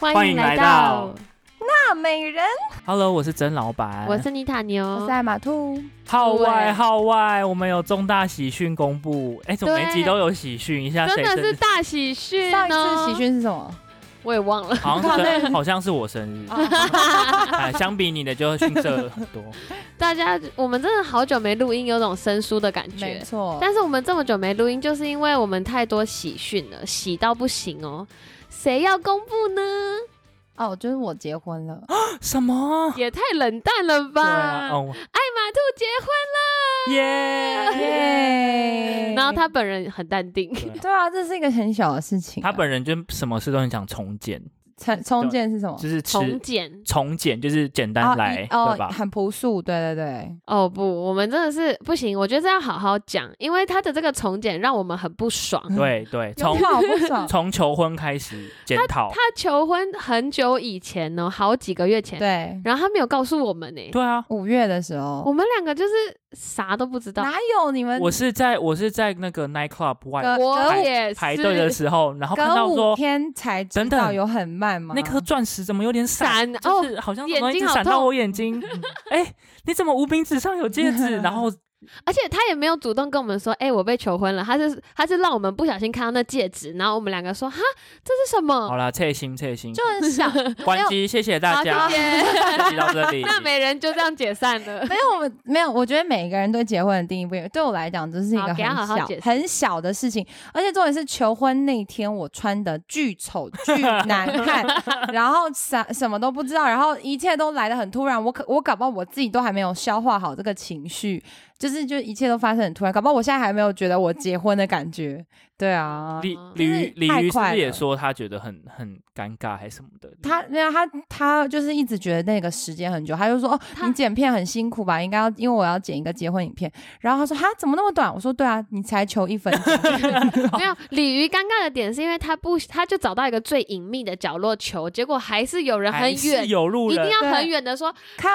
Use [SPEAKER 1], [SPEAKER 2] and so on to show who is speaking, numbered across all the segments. [SPEAKER 1] 欢迎来到
[SPEAKER 2] 大美人，
[SPEAKER 1] Hello，我是曾老板，
[SPEAKER 3] 我是妮塔牛，
[SPEAKER 2] 我是艾玛兔，
[SPEAKER 1] 号
[SPEAKER 3] 对
[SPEAKER 1] 外号外，我们有重大喜讯公布，哎，怎么每一集
[SPEAKER 3] 对
[SPEAKER 1] 都有喜讯？一下谁
[SPEAKER 3] 真的
[SPEAKER 1] 生
[SPEAKER 3] 是
[SPEAKER 1] 日，
[SPEAKER 3] 大喜讯、哦，
[SPEAKER 2] 上一次喜讯是什么？
[SPEAKER 3] 我也忘了，
[SPEAKER 1] 好像是生，好像是我生日，
[SPEAKER 2] 哦
[SPEAKER 1] 哎，相比你的就逊色 了很多。
[SPEAKER 3] 大家我们真的好久没录音，有种生疏的感
[SPEAKER 2] 没
[SPEAKER 3] 觉。
[SPEAKER 2] 错，
[SPEAKER 3] 但是我们这么久没录音，就是因为我们太多喜讯了，喜到不行哦。谁要公布呢？
[SPEAKER 2] 哦，就是我结婚了，
[SPEAKER 1] 什么？
[SPEAKER 3] 也太冷淡了吧！
[SPEAKER 1] 对啊，哦，
[SPEAKER 3] 艾玛兔结婚了，啊
[SPEAKER 1] 耶！
[SPEAKER 2] 耶！
[SPEAKER 3] 然后他本人很淡定，
[SPEAKER 1] 对啊
[SPEAKER 2] 对啊，这是一个很小的事情啊。
[SPEAKER 1] 他本人就什么事都很想重建，
[SPEAKER 2] 重重建是什么？
[SPEAKER 1] 就是
[SPEAKER 3] 重啊
[SPEAKER 1] 吃
[SPEAKER 3] 简
[SPEAKER 1] 重建，就是简单来，
[SPEAKER 2] 哦
[SPEAKER 1] 对
[SPEAKER 2] 一哦，
[SPEAKER 1] 吧？
[SPEAKER 2] 很朴素，对对对，
[SPEAKER 3] 哦不，我们真的是不行，我觉得这要好好讲，因为他的这个重简让我们很不爽。
[SPEAKER 1] 对对，
[SPEAKER 2] 有
[SPEAKER 1] 从，
[SPEAKER 2] 话我不爽
[SPEAKER 1] 从求婚开始检讨
[SPEAKER 3] 他，求婚很久以前呢，好几个月前，
[SPEAKER 2] 对，
[SPEAKER 3] 然后他没有告诉我们呢、
[SPEAKER 1] 对啊，
[SPEAKER 2] 五月的时
[SPEAKER 3] 我
[SPEAKER 2] 候，
[SPEAKER 3] 们两个就是啥都不知道。
[SPEAKER 2] 哪有你们
[SPEAKER 1] 我是在我是在那个 night club 外
[SPEAKER 2] 隔
[SPEAKER 3] 我也是
[SPEAKER 1] 排队的时候，然后看
[SPEAKER 2] 隔
[SPEAKER 1] 到
[SPEAKER 2] 五
[SPEAKER 1] 说
[SPEAKER 2] 天才知
[SPEAKER 1] 等等
[SPEAKER 2] 道有很慢吗？
[SPEAKER 1] 那颗钻石怎么有点闪，
[SPEAKER 3] 闪
[SPEAKER 1] 就
[SPEAKER 3] 哦，
[SPEAKER 1] 是好像
[SPEAKER 3] 眼
[SPEAKER 1] 什么一
[SPEAKER 3] 睛
[SPEAKER 1] 直
[SPEAKER 3] 好
[SPEAKER 1] 闪到
[SPEAKER 3] 痛
[SPEAKER 1] 我眼睛。哎，你怎么无名指上有戒指？然后
[SPEAKER 3] 而且他也没有主动跟我们说，哎、我被求婚了。他是他是让我们不小心看到那戒指，然后我们两个说，哈，这是什么？
[SPEAKER 1] 好啦，切心切心
[SPEAKER 2] 就，很小，
[SPEAKER 1] 关机，谢谢 大
[SPEAKER 3] 好，
[SPEAKER 1] 家，
[SPEAKER 3] 谢
[SPEAKER 1] 这
[SPEAKER 3] 谢。
[SPEAKER 1] 集到这 里。
[SPEAKER 3] 那每人就这样解散 了。
[SPEAKER 2] 没有，我没有。我觉得每一个人对结婚的定义不一样。对我来讲，这是一
[SPEAKER 3] 好
[SPEAKER 2] 个
[SPEAKER 3] 给
[SPEAKER 2] 很
[SPEAKER 3] 他
[SPEAKER 2] 小
[SPEAKER 3] 好好解释
[SPEAKER 2] 很小的事情，而且重点是求婚那天我穿的巨丑、巨难 看，然后啥什么都不知道，然后一切都来的很突然。我可我搞不好我自己都还没有消化好这个情绪，就是就一切都发生很突然，搞不好我现在还没有觉得我结婚的感觉。对啊，
[SPEAKER 1] 鲤
[SPEAKER 3] 嗯
[SPEAKER 1] 鲤鱼
[SPEAKER 2] 就是
[SPEAKER 1] 鲤
[SPEAKER 2] 太
[SPEAKER 1] 鱼是不
[SPEAKER 2] 快
[SPEAKER 1] 是也
[SPEAKER 2] 了
[SPEAKER 1] 说他觉得很很尴尬还是什么的？
[SPEAKER 2] 他没有他他就是一直觉得那个时间很久，他就说哦，
[SPEAKER 3] 他
[SPEAKER 2] 你剪片很辛苦吧？应该要因为我要剪一个结婚影片。然后他说哈，怎么那么短？我说对啊，你才求一分钟。
[SPEAKER 3] 没有，鲤鱼尴尬的点是因为他不，他就找到一个最隐秘的角落求，结果还是有人很
[SPEAKER 1] 哎还是
[SPEAKER 3] 远，
[SPEAKER 1] 有路
[SPEAKER 3] 一定
[SPEAKER 1] 人。
[SPEAKER 3] 要
[SPEAKER 2] 对
[SPEAKER 3] 很远的说
[SPEAKER 2] 看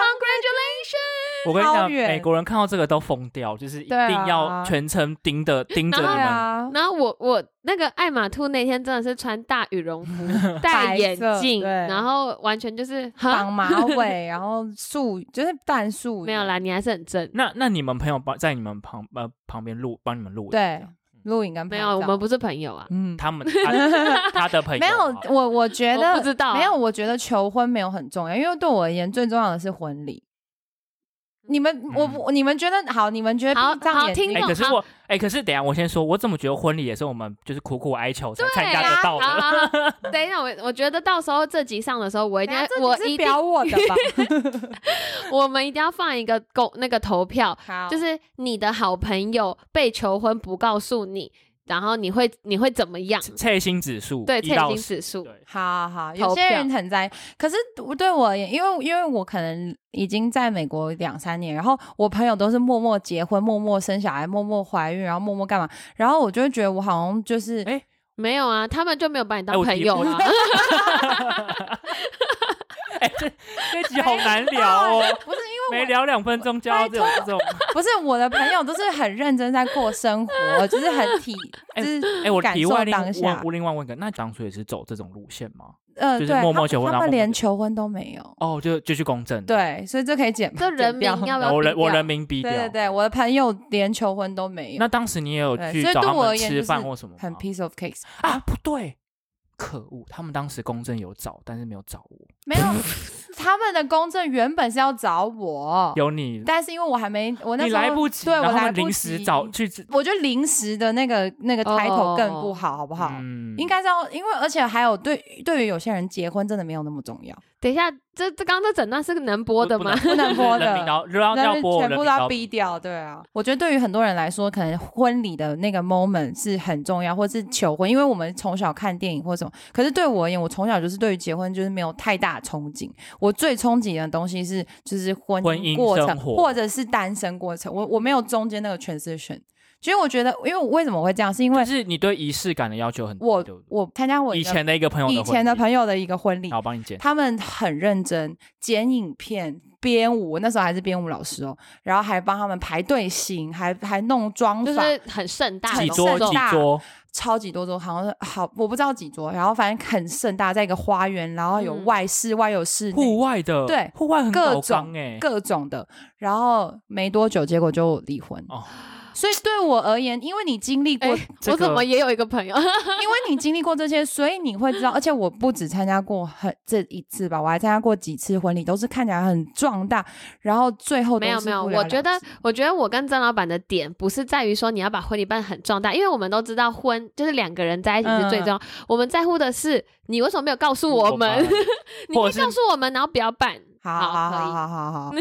[SPEAKER 3] congratulation，
[SPEAKER 1] 我跟你
[SPEAKER 2] 超
[SPEAKER 1] 讲，美
[SPEAKER 2] 远
[SPEAKER 1] 国人看到这个都疯掉，就是一定
[SPEAKER 2] 对
[SPEAKER 1] 要
[SPEAKER 2] 啊
[SPEAKER 1] 全程盯着盯着
[SPEAKER 3] 然后
[SPEAKER 1] 你
[SPEAKER 2] 对
[SPEAKER 1] 们。
[SPEAKER 2] 啊，
[SPEAKER 3] 然后我我那个艾玛兔那天真的是穿大羽绒 服，戴
[SPEAKER 2] 白
[SPEAKER 3] 眼
[SPEAKER 2] 色
[SPEAKER 3] 镜，
[SPEAKER 2] 对
[SPEAKER 3] 然后完全就是哈
[SPEAKER 2] 绑马尾，然后素就是淡素，
[SPEAKER 3] 没有啦，你还是很正。
[SPEAKER 1] 那那你们朋友帮在你们旁呃旁边录帮你们录的这
[SPEAKER 2] 对
[SPEAKER 1] 样，
[SPEAKER 2] 录影跟拍
[SPEAKER 3] 没有，我
[SPEAKER 2] 照
[SPEAKER 3] 们不是朋友啊，
[SPEAKER 2] 嗯，
[SPEAKER 1] 他们他 他的朋友
[SPEAKER 2] 没有
[SPEAKER 1] 啊。
[SPEAKER 2] 我我觉
[SPEAKER 3] 我不
[SPEAKER 2] 得
[SPEAKER 3] 知道啊，
[SPEAKER 2] 没有，我觉得求婚没有很重要，因为对我而言最重要的是婚礼。你们，我不，你们觉得好？你们觉得
[SPEAKER 3] 嗯好
[SPEAKER 2] 闭上
[SPEAKER 3] 好
[SPEAKER 2] 眼
[SPEAKER 3] 听
[SPEAKER 2] 睛
[SPEAKER 1] 哎、
[SPEAKER 3] 众
[SPEAKER 1] 可是
[SPEAKER 3] 好
[SPEAKER 1] 我哎、可是等一下我先说，我怎么觉得婚礼也是我们就是苦苦哀求才
[SPEAKER 3] 对
[SPEAKER 1] 参加
[SPEAKER 3] 啊
[SPEAKER 1] 得到
[SPEAKER 3] 好
[SPEAKER 1] 的？
[SPEAKER 3] 好 好等一下，我我觉得到时候这集上的时候，我一定要
[SPEAKER 2] 等下
[SPEAKER 3] 我
[SPEAKER 2] 这
[SPEAKER 3] 一
[SPEAKER 2] 集是
[SPEAKER 3] 定
[SPEAKER 2] 表我的吧？
[SPEAKER 3] 我们一定要放一个公那个投票，
[SPEAKER 2] 好
[SPEAKER 3] 就是你的好朋友被求婚不告诉你，然后你会你会怎么样？
[SPEAKER 1] 测心指数
[SPEAKER 3] 对，
[SPEAKER 1] 一
[SPEAKER 3] 测
[SPEAKER 1] 到
[SPEAKER 3] 心
[SPEAKER 1] 十，
[SPEAKER 3] 指数。
[SPEAKER 1] 对，
[SPEAKER 2] 好好，
[SPEAKER 3] 投
[SPEAKER 2] 有些
[SPEAKER 3] 票
[SPEAKER 2] 人很在意，可是对我而言，因为因为我可能已经在美国两三年，然后我朋友都是默默结婚、默默生小孩、默默怀孕，然后默默干嘛，然后我就会觉得我好像就是
[SPEAKER 1] 哎
[SPEAKER 3] 没有啊，他们就没有把你
[SPEAKER 1] 哎
[SPEAKER 3] 当
[SPEAKER 1] 我
[SPEAKER 3] 朋
[SPEAKER 1] 提
[SPEAKER 3] 友
[SPEAKER 1] 我
[SPEAKER 3] 啊。
[SPEAKER 1] 这集好难聊哦，
[SPEAKER 2] 不是 因为
[SPEAKER 1] 没
[SPEAKER 2] 我
[SPEAKER 1] 聊两分钟就要这种这种，
[SPEAKER 2] 不是我的朋友都是很认真在过生活，就是很体，
[SPEAKER 1] 哎
[SPEAKER 2] 就是
[SPEAKER 1] 哎、我
[SPEAKER 2] 感
[SPEAKER 1] 提
[SPEAKER 2] 受
[SPEAKER 1] 问另
[SPEAKER 2] 当下
[SPEAKER 1] 问，我另外问一个，那当初也是走这种路线吗？
[SPEAKER 2] 呃，
[SPEAKER 1] 就是
[SPEAKER 2] 对
[SPEAKER 1] 默默
[SPEAKER 2] 他
[SPEAKER 1] 求婚
[SPEAKER 2] 他
[SPEAKER 1] 然后默默
[SPEAKER 2] 们连
[SPEAKER 1] 的
[SPEAKER 2] 求婚都没有，
[SPEAKER 1] 哦，就就去公证，，
[SPEAKER 2] 对，所以这可以减，
[SPEAKER 3] 这人
[SPEAKER 2] 剪
[SPEAKER 3] 名要
[SPEAKER 2] 掉
[SPEAKER 3] 不要
[SPEAKER 1] 然后我人
[SPEAKER 3] 比
[SPEAKER 1] 我
[SPEAKER 3] 掉
[SPEAKER 1] 人民币
[SPEAKER 2] 对
[SPEAKER 1] 掉，
[SPEAKER 2] 对对，我的朋友连求婚都没有
[SPEAKER 1] 那，当时你也有
[SPEAKER 2] 对
[SPEAKER 1] 去
[SPEAKER 2] 所以
[SPEAKER 1] 找
[SPEAKER 2] 对
[SPEAKER 1] 他
[SPEAKER 2] 我
[SPEAKER 1] 们
[SPEAKER 2] 而言
[SPEAKER 1] 吃
[SPEAKER 2] 就是
[SPEAKER 1] 饭或什么
[SPEAKER 2] 很
[SPEAKER 1] 吗
[SPEAKER 2] piece of cakes，
[SPEAKER 1] 啊？不对，可恶，他们当时公证有找，但是没有找我，
[SPEAKER 2] 没有，他们的公证原本是要找我，
[SPEAKER 1] 有你，
[SPEAKER 2] 但是因为我还没，我那
[SPEAKER 1] 你
[SPEAKER 2] 时候
[SPEAKER 1] 来不及，
[SPEAKER 2] 对
[SPEAKER 1] 然
[SPEAKER 2] 我
[SPEAKER 1] 后他
[SPEAKER 2] 来
[SPEAKER 1] 们
[SPEAKER 2] 不及，
[SPEAKER 1] 临时找，去这，
[SPEAKER 2] 我觉得临时的那个那个
[SPEAKER 3] 哦
[SPEAKER 2] title 更不好，好不好？
[SPEAKER 1] 嗯
[SPEAKER 2] 应该是要，因为而且还有对对于有些人结婚真的没有那么重要，
[SPEAKER 3] 等一下，这这刚刚这诊断是能播的 吗？
[SPEAKER 2] 不能播的
[SPEAKER 1] 人民刀如果要
[SPEAKER 2] 但
[SPEAKER 1] 要
[SPEAKER 2] 是
[SPEAKER 1] 播，
[SPEAKER 2] 全
[SPEAKER 1] 人
[SPEAKER 2] 部
[SPEAKER 1] 民
[SPEAKER 2] 都
[SPEAKER 1] 刀
[SPEAKER 2] 要逼掉，对啊。我觉得对于很多人来说，可能婚礼的那个 moment 是很重要，或是求婚，因为我们从小看电影或什么。可是对我而言，我从小就是对于结婚就是没有太大憧憬。我最憧憬的东西是就是婚
[SPEAKER 1] 婚姻
[SPEAKER 2] 过
[SPEAKER 1] 生
[SPEAKER 2] 程，
[SPEAKER 1] 活
[SPEAKER 2] 或者是单身过程。我我没有中间那个 transition。其实我觉得，因为我为什么会这样，是因为
[SPEAKER 1] 但是你对仪式感的要求很低，
[SPEAKER 2] 我
[SPEAKER 1] 对不对
[SPEAKER 2] 我参加我一
[SPEAKER 1] 以
[SPEAKER 2] 个
[SPEAKER 1] 前的哦一个朋友
[SPEAKER 2] 以前的
[SPEAKER 1] 友，
[SPEAKER 2] 朋友的一个婚礼
[SPEAKER 1] 好，，我帮你剪。
[SPEAKER 2] 他们很认真剪影片、编舞，我那时候还是编舞老师哦，然后还帮他们排队型，还还弄妆
[SPEAKER 3] 就
[SPEAKER 2] 法，
[SPEAKER 3] 是很盛大的
[SPEAKER 1] 几
[SPEAKER 3] 东西，
[SPEAKER 1] 桌
[SPEAKER 2] 很
[SPEAKER 1] 几
[SPEAKER 2] 大
[SPEAKER 1] 桌，
[SPEAKER 2] 超级多桌，好像是好我不知道几桌，然后反正很盛大，在一个花园，然后有
[SPEAKER 3] 嗯
[SPEAKER 2] 外室外有室内
[SPEAKER 1] 户外的，
[SPEAKER 2] 对
[SPEAKER 1] 户外很
[SPEAKER 2] 各
[SPEAKER 1] 搞
[SPEAKER 2] 种
[SPEAKER 1] 纲哎，
[SPEAKER 2] 各种的，然后没多久结果就离婚。
[SPEAKER 1] 哦
[SPEAKER 2] 所以对我而言，因为你经 历过，
[SPEAKER 3] 哎、
[SPEAKER 1] 这
[SPEAKER 3] 我怎
[SPEAKER 1] 个
[SPEAKER 3] 么也有一个 朋友，
[SPEAKER 2] 因为你经历过这些，所以你会知道。而且我不止参加过很这一次吧，我还参加过几次婚礼，都是看起来很壮大，然后最后都
[SPEAKER 3] 没有
[SPEAKER 2] 是
[SPEAKER 3] 没有，
[SPEAKER 2] 不了
[SPEAKER 3] 我
[SPEAKER 2] 了
[SPEAKER 3] 觉得
[SPEAKER 2] 之
[SPEAKER 3] 我觉得我跟曾老板的点不是在于说你要把婚礼办很壮大，因为我们都知道婚就是两个人在一起是
[SPEAKER 1] 嗯
[SPEAKER 3] 最重要，我们在乎的是你为什么没有告诉我们，你可
[SPEAKER 1] 或
[SPEAKER 3] 以
[SPEAKER 1] 者
[SPEAKER 3] 告
[SPEAKER 1] 是
[SPEAKER 3] 诉我们，然后不要办。
[SPEAKER 2] 好好好
[SPEAKER 3] 可以。
[SPEAKER 2] 好好 好，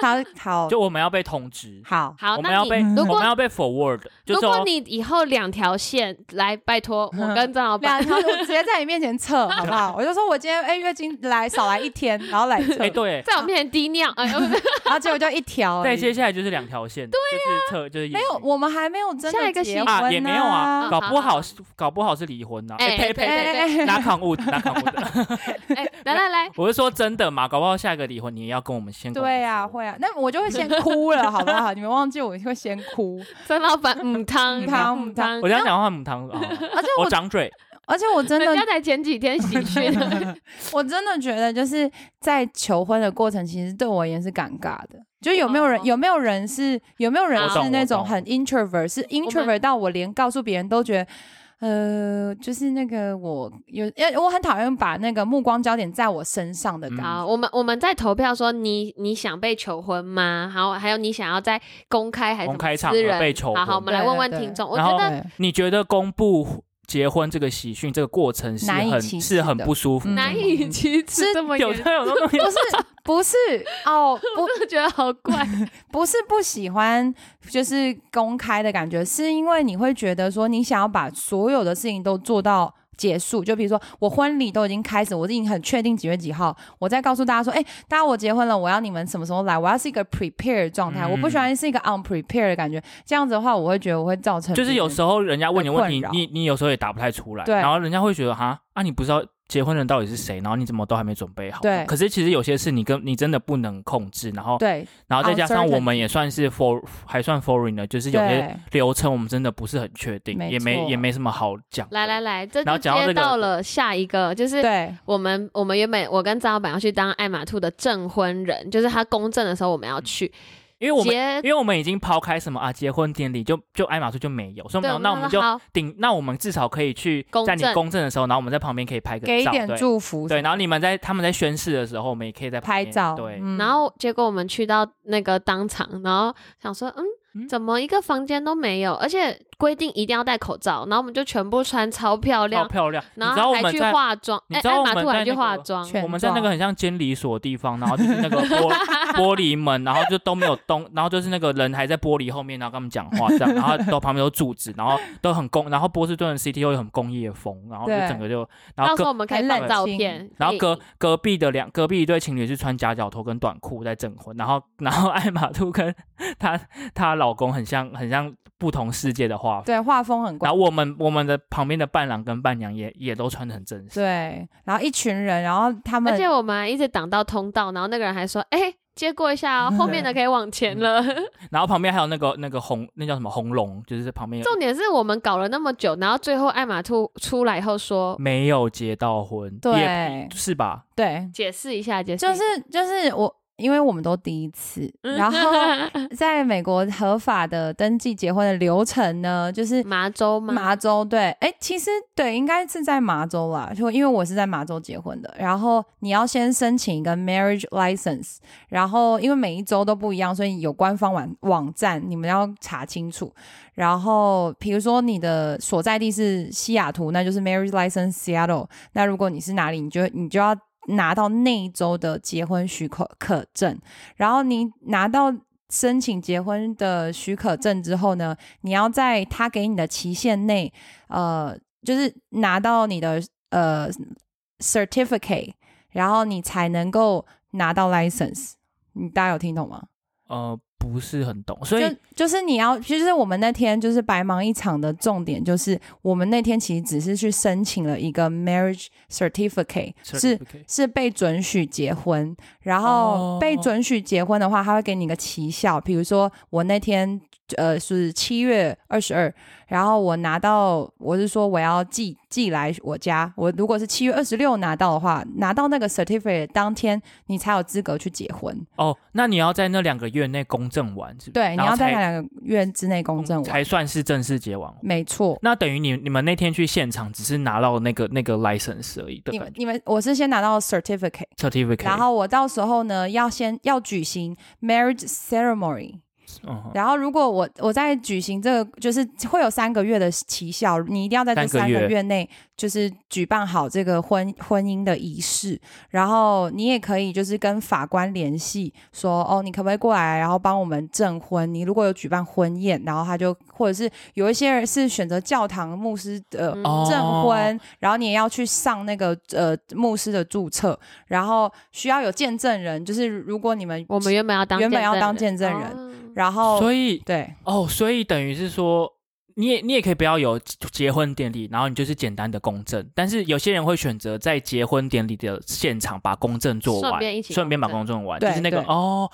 [SPEAKER 2] 他好
[SPEAKER 1] 就我们要被通知，
[SPEAKER 2] 好
[SPEAKER 3] 好，
[SPEAKER 1] 我们
[SPEAKER 3] 那
[SPEAKER 1] 要
[SPEAKER 3] 你
[SPEAKER 1] 被
[SPEAKER 3] 如
[SPEAKER 1] 我
[SPEAKER 3] 果
[SPEAKER 1] 们要被 forward，就
[SPEAKER 3] 如果
[SPEAKER 1] 说
[SPEAKER 3] 你以后两条线来，拜 托我跟曾老板
[SPEAKER 2] 两条我直接在你面前 测好不好？我就说我今天哎、月经来少来一天，然 后来测，
[SPEAKER 1] 哎对，
[SPEAKER 3] 在我面前滴尿，哎，不是
[SPEAKER 2] 然后结果就一条而
[SPEAKER 1] 再
[SPEAKER 2] 已。
[SPEAKER 1] 接下来就是两条线，就是测就是
[SPEAKER 2] 啊没有，我们还没有真
[SPEAKER 3] 下
[SPEAKER 2] 的
[SPEAKER 3] 一个
[SPEAKER 2] 结
[SPEAKER 3] 习
[SPEAKER 2] 婚、
[SPEAKER 1] 啊也没有啊，
[SPEAKER 3] 嗯
[SPEAKER 1] 搞不
[SPEAKER 3] 好好
[SPEAKER 1] 好是搞不好是离婚呐，
[SPEAKER 3] 哎
[SPEAKER 1] 哎呸
[SPEAKER 3] 对
[SPEAKER 1] 呸，拿扛 wood 拿扛 wood，
[SPEAKER 3] 哎，来来来，
[SPEAKER 1] 我是说真的嘛，搞不好下一个离婚你也要跟我们先跟我们
[SPEAKER 2] 对啊，
[SPEAKER 1] 说
[SPEAKER 2] 会啊，那我就会先哭了，好不好？你们忘记我会先 哭，
[SPEAKER 3] 曾老板，嗯汤
[SPEAKER 2] 嗯汤
[SPEAKER 3] 嗯
[SPEAKER 2] 嗯汤
[SPEAKER 1] 我这样讲话母汤 啊，
[SPEAKER 2] 而且
[SPEAKER 1] 我
[SPEAKER 2] 我，
[SPEAKER 1] 张嘴，
[SPEAKER 2] 而且我真的
[SPEAKER 3] 人家才前几天喜讯，
[SPEAKER 2] 我真的觉得就是在求婚的过程，其实对我而言是尴尬的。就有没有人、
[SPEAKER 3] 哦
[SPEAKER 2] 有没有人是有没有人
[SPEAKER 1] 我懂
[SPEAKER 2] 是那
[SPEAKER 1] 我
[SPEAKER 2] 种
[SPEAKER 1] 懂
[SPEAKER 2] 很 introvert，是 introvert 到我连告诉别人都觉得。呃，就是那个我有，因为我很讨厌把那个目光焦点在我身上的感觉。
[SPEAKER 1] 嗯
[SPEAKER 3] 好，我们我们在投票说你你想被求婚吗？好，还有你想要在公开还是
[SPEAKER 1] 公开
[SPEAKER 3] 什
[SPEAKER 1] 场
[SPEAKER 3] 么私
[SPEAKER 1] 合
[SPEAKER 3] 人？
[SPEAKER 1] 被求
[SPEAKER 3] 好好，我
[SPEAKER 1] 婚，
[SPEAKER 3] 们来
[SPEAKER 2] 对
[SPEAKER 3] 问问
[SPEAKER 2] 对
[SPEAKER 3] 听众，我
[SPEAKER 1] 然
[SPEAKER 3] 觉
[SPEAKER 1] 后
[SPEAKER 3] 得
[SPEAKER 2] 对
[SPEAKER 1] 你觉得公布结婚这个喜讯这个过程是
[SPEAKER 2] 难以
[SPEAKER 1] 很
[SPEAKER 2] 启齿
[SPEAKER 1] 是很
[SPEAKER 2] 的嗯
[SPEAKER 1] 不舒服的吗，
[SPEAKER 3] 难以启齿，
[SPEAKER 2] 是
[SPEAKER 3] 这么
[SPEAKER 1] 有
[SPEAKER 3] 严
[SPEAKER 1] 这种东 西
[SPEAKER 2] 不是不是哦，不
[SPEAKER 3] 重，觉得好怪。
[SPEAKER 2] 不是不喜欢，就是公开的感觉，是因为你会觉得说，你想要把所有的事情都做到结束。就比如说，我婚礼都已经开始，我已经很确定几月几号，我再告诉大家说，哎、大家我结婚了，我要你们什么时候来，我要是一个 prepare 的状态，
[SPEAKER 1] 嗯
[SPEAKER 2] 我不喜欢是一个 unprepare 的感觉。这样子的话，我会觉得我会造成
[SPEAKER 1] 就是有时候人家问你问题
[SPEAKER 2] 困扰，
[SPEAKER 1] 你你有时候也答不太出来，
[SPEAKER 2] 对
[SPEAKER 1] 然后人家会觉得哈啊，你不知道结婚人到底是谁，然后你怎么都还没准备好。
[SPEAKER 2] 对
[SPEAKER 1] 可是其实有些事你跟你真的不能控制，然后
[SPEAKER 2] 对
[SPEAKER 1] 然后再加上
[SPEAKER 2] uncertainty
[SPEAKER 1] 我们也算是 for 还算 foreign 的，就是有些
[SPEAKER 2] 对
[SPEAKER 1] 流程我们真的不是很确定，
[SPEAKER 2] 没
[SPEAKER 1] 也没
[SPEAKER 2] 错
[SPEAKER 1] 也没什么好讲的。
[SPEAKER 3] 来来来，这
[SPEAKER 1] 然
[SPEAKER 3] 就
[SPEAKER 1] 后讲到这
[SPEAKER 3] 接
[SPEAKER 1] 个
[SPEAKER 3] 到了下一个，就是
[SPEAKER 2] 对
[SPEAKER 3] 我们我们原本我跟张老板要去当爱马兔的证婚人，就是他公证的时候我们要去
[SPEAKER 1] 因为我们
[SPEAKER 3] 结。
[SPEAKER 1] 因为我们已经抛开什么啊，结婚典礼就就爱马仕就没有，所以
[SPEAKER 3] 对，
[SPEAKER 1] 那那我们
[SPEAKER 3] 说
[SPEAKER 1] 就
[SPEAKER 3] 好
[SPEAKER 1] 顶，那我们至少可以去
[SPEAKER 3] 公
[SPEAKER 1] 在你
[SPEAKER 3] 证
[SPEAKER 1] 公证的时候，然后我们在旁边可以拍个
[SPEAKER 2] 给一
[SPEAKER 1] 照，
[SPEAKER 2] 点
[SPEAKER 1] 对
[SPEAKER 2] 祝福，
[SPEAKER 1] 对，然后你们在他们在宣誓的时候，我们也可以在旁
[SPEAKER 2] 拍
[SPEAKER 1] 边
[SPEAKER 2] 照，
[SPEAKER 1] 对，
[SPEAKER 2] 嗯
[SPEAKER 3] 然后结果我们去到那个当场，然后想说，嗯，
[SPEAKER 1] 嗯
[SPEAKER 3] 怎么一个房间都没有？而且规定一定要戴口罩，然后我们就全部穿超漂
[SPEAKER 1] 好
[SPEAKER 3] 亮，
[SPEAKER 1] 漂亮。你
[SPEAKER 3] 然
[SPEAKER 1] 知道
[SPEAKER 3] 后
[SPEAKER 1] 我
[SPEAKER 3] 还
[SPEAKER 1] 们
[SPEAKER 3] 去
[SPEAKER 1] 在
[SPEAKER 3] 化妆，
[SPEAKER 1] 你
[SPEAKER 3] 哎，
[SPEAKER 1] 知道
[SPEAKER 3] 艾
[SPEAKER 1] 我
[SPEAKER 3] 玛
[SPEAKER 1] 们
[SPEAKER 3] 兔还
[SPEAKER 1] 在
[SPEAKER 3] 去
[SPEAKER 1] 那
[SPEAKER 3] 化
[SPEAKER 1] 个
[SPEAKER 3] 妆，
[SPEAKER 2] 全
[SPEAKER 1] 我们在那个
[SPEAKER 2] 妆
[SPEAKER 1] 很像监理所的地方，然后就是那个 玻玻璃门，然后就都没有动，然后就是那个人还在玻璃后面，然后跟他们讲话这样，然后都旁边都柱子，然后都很工，然后波士顿的 CT 又很工业风，然后就
[SPEAKER 2] 对
[SPEAKER 1] 整个就，然后
[SPEAKER 3] 到时
[SPEAKER 1] 隔
[SPEAKER 3] 候我们可以
[SPEAKER 2] 很
[SPEAKER 3] 放
[SPEAKER 2] 冷
[SPEAKER 3] 照
[SPEAKER 2] 清
[SPEAKER 3] 片，
[SPEAKER 1] 然
[SPEAKER 3] 可
[SPEAKER 1] 后
[SPEAKER 3] 以
[SPEAKER 1] 隔隔壁的两隔壁一对情侣是穿夹脚拖跟短裤在证婚，然后然后艾玛兔跟她她老公很像很像不同世界的画风。
[SPEAKER 2] 对画风很怪
[SPEAKER 1] 然后我们我们的旁边的伴郎跟伴娘也也都穿的很正式，
[SPEAKER 2] 对，然后一群人，然后他们
[SPEAKER 3] 而且我们还一直挡到通道，然后那个人还说：“哎、接过一下哦，后
[SPEAKER 1] 嗯
[SPEAKER 3] 面的可以往前了。
[SPEAKER 1] 然后旁边还有那个那个红那叫什么红龙，就是旁边有
[SPEAKER 3] 重点是我们搞了那么久，然后最后艾玛兔出来以后说
[SPEAKER 1] 没有结到婚，
[SPEAKER 2] 对
[SPEAKER 1] 也是吧？
[SPEAKER 2] 对：“
[SPEAKER 3] 解释一下，解释。”
[SPEAKER 2] 就是就是我，因为我们都第一次，
[SPEAKER 3] 嗯
[SPEAKER 1] 嗯
[SPEAKER 2] 然后在美国合法的登记结婚的流程呢，就是
[SPEAKER 3] 麻州吗？
[SPEAKER 2] 麻州对，哎，其实对，应该是在麻州啦，就因为我是在麻州结婚的。然后你要先申请一个 marriage license，然后因为每一州都不一样，所以有官方网网站，你们要查清楚。然后比如说你的所在地是西雅图，那就是 marriage license Seattle。那如果你是哪里，你就你就要拿到那一州的结婚许可可证，然后你拿到。申请结婚的许可证之后呢，你要在他给你的期限内，呃，就是拿到你的呃 certificate，然后你才能够拿到 license。你大家有听懂吗？
[SPEAKER 1] 呃，不是很懂，所以
[SPEAKER 2] 就就是你要，其实我们那天就是白忙一场的重点，就是我们那天其实只是去申请了一个 marriage certificate，是
[SPEAKER 1] certificate
[SPEAKER 2] 是被准许结婚，然后
[SPEAKER 1] 哦
[SPEAKER 2] 被准许结婚的话，他会给你一个期效，比如说我那天呃是七月二十二，然后我拿到我是说我要寄寄来我家，我如果是七月二十六拿到的话，拿到那个 certificate 当天你才有资格去结婚。
[SPEAKER 1] 哦，那你要在那两个月内公证完，是不是？
[SPEAKER 2] 对，你
[SPEAKER 1] 然后
[SPEAKER 2] 要在
[SPEAKER 1] 才
[SPEAKER 2] 那两个月之内公证完，
[SPEAKER 1] 才算是正式结完婚。
[SPEAKER 2] 没错。
[SPEAKER 1] 那等于你你们那天去现场只是拿到那个那个 license 而已的
[SPEAKER 2] 你
[SPEAKER 1] 感
[SPEAKER 2] 们
[SPEAKER 1] 觉
[SPEAKER 2] 你们，我是先拿到 certificate，
[SPEAKER 1] certificate，
[SPEAKER 2] 然后我到时候呢要先要举行 marriage ceremony，
[SPEAKER 1] 嗯哼
[SPEAKER 2] 然后如果我我在举行这个，就是会有三个月的期效，你一定要在这
[SPEAKER 1] 三
[SPEAKER 2] 三
[SPEAKER 1] 个月
[SPEAKER 2] 个月内就是举办好这个婚婚姻的仪式，然后你也可以就是跟法官联系说，哦，你可不可以过来，然后帮我们证婚？你如果有举办婚宴，然后他就或者是有一些人是选择教堂牧师的。呃
[SPEAKER 3] 嗯
[SPEAKER 1] 哦
[SPEAKER 2] 证婚，然后你也要去上那个呃牧师的注册，然后需要有见证人，就是如果你们
[SPEAKER 3] 我们原本要当
[SPEAKER 2] 原本要
[SPEAKER 3] 见哦
[SPEAKER 2] 当见证人然后
[SPEAKER 1] 所以
[SPEAKER 2] 对
[SPEAKER 1] 哦，所以等于是说，你也你也可以不要有结婚典礼，然后你就是简单的公证。但是有些人会选择在结婚典礼的现场把公证做完，
[SPEAKER 3] 顺便一起
[SPEAKER 1] 顺便把
[SPEAKER 3] 公
[SPEAKER 1] 公证完，就
[SPEAKER 2] 对
[SPEAKER 1] 是那个
[SPEAKER 2] 对
[SPEAKER 1] 哦。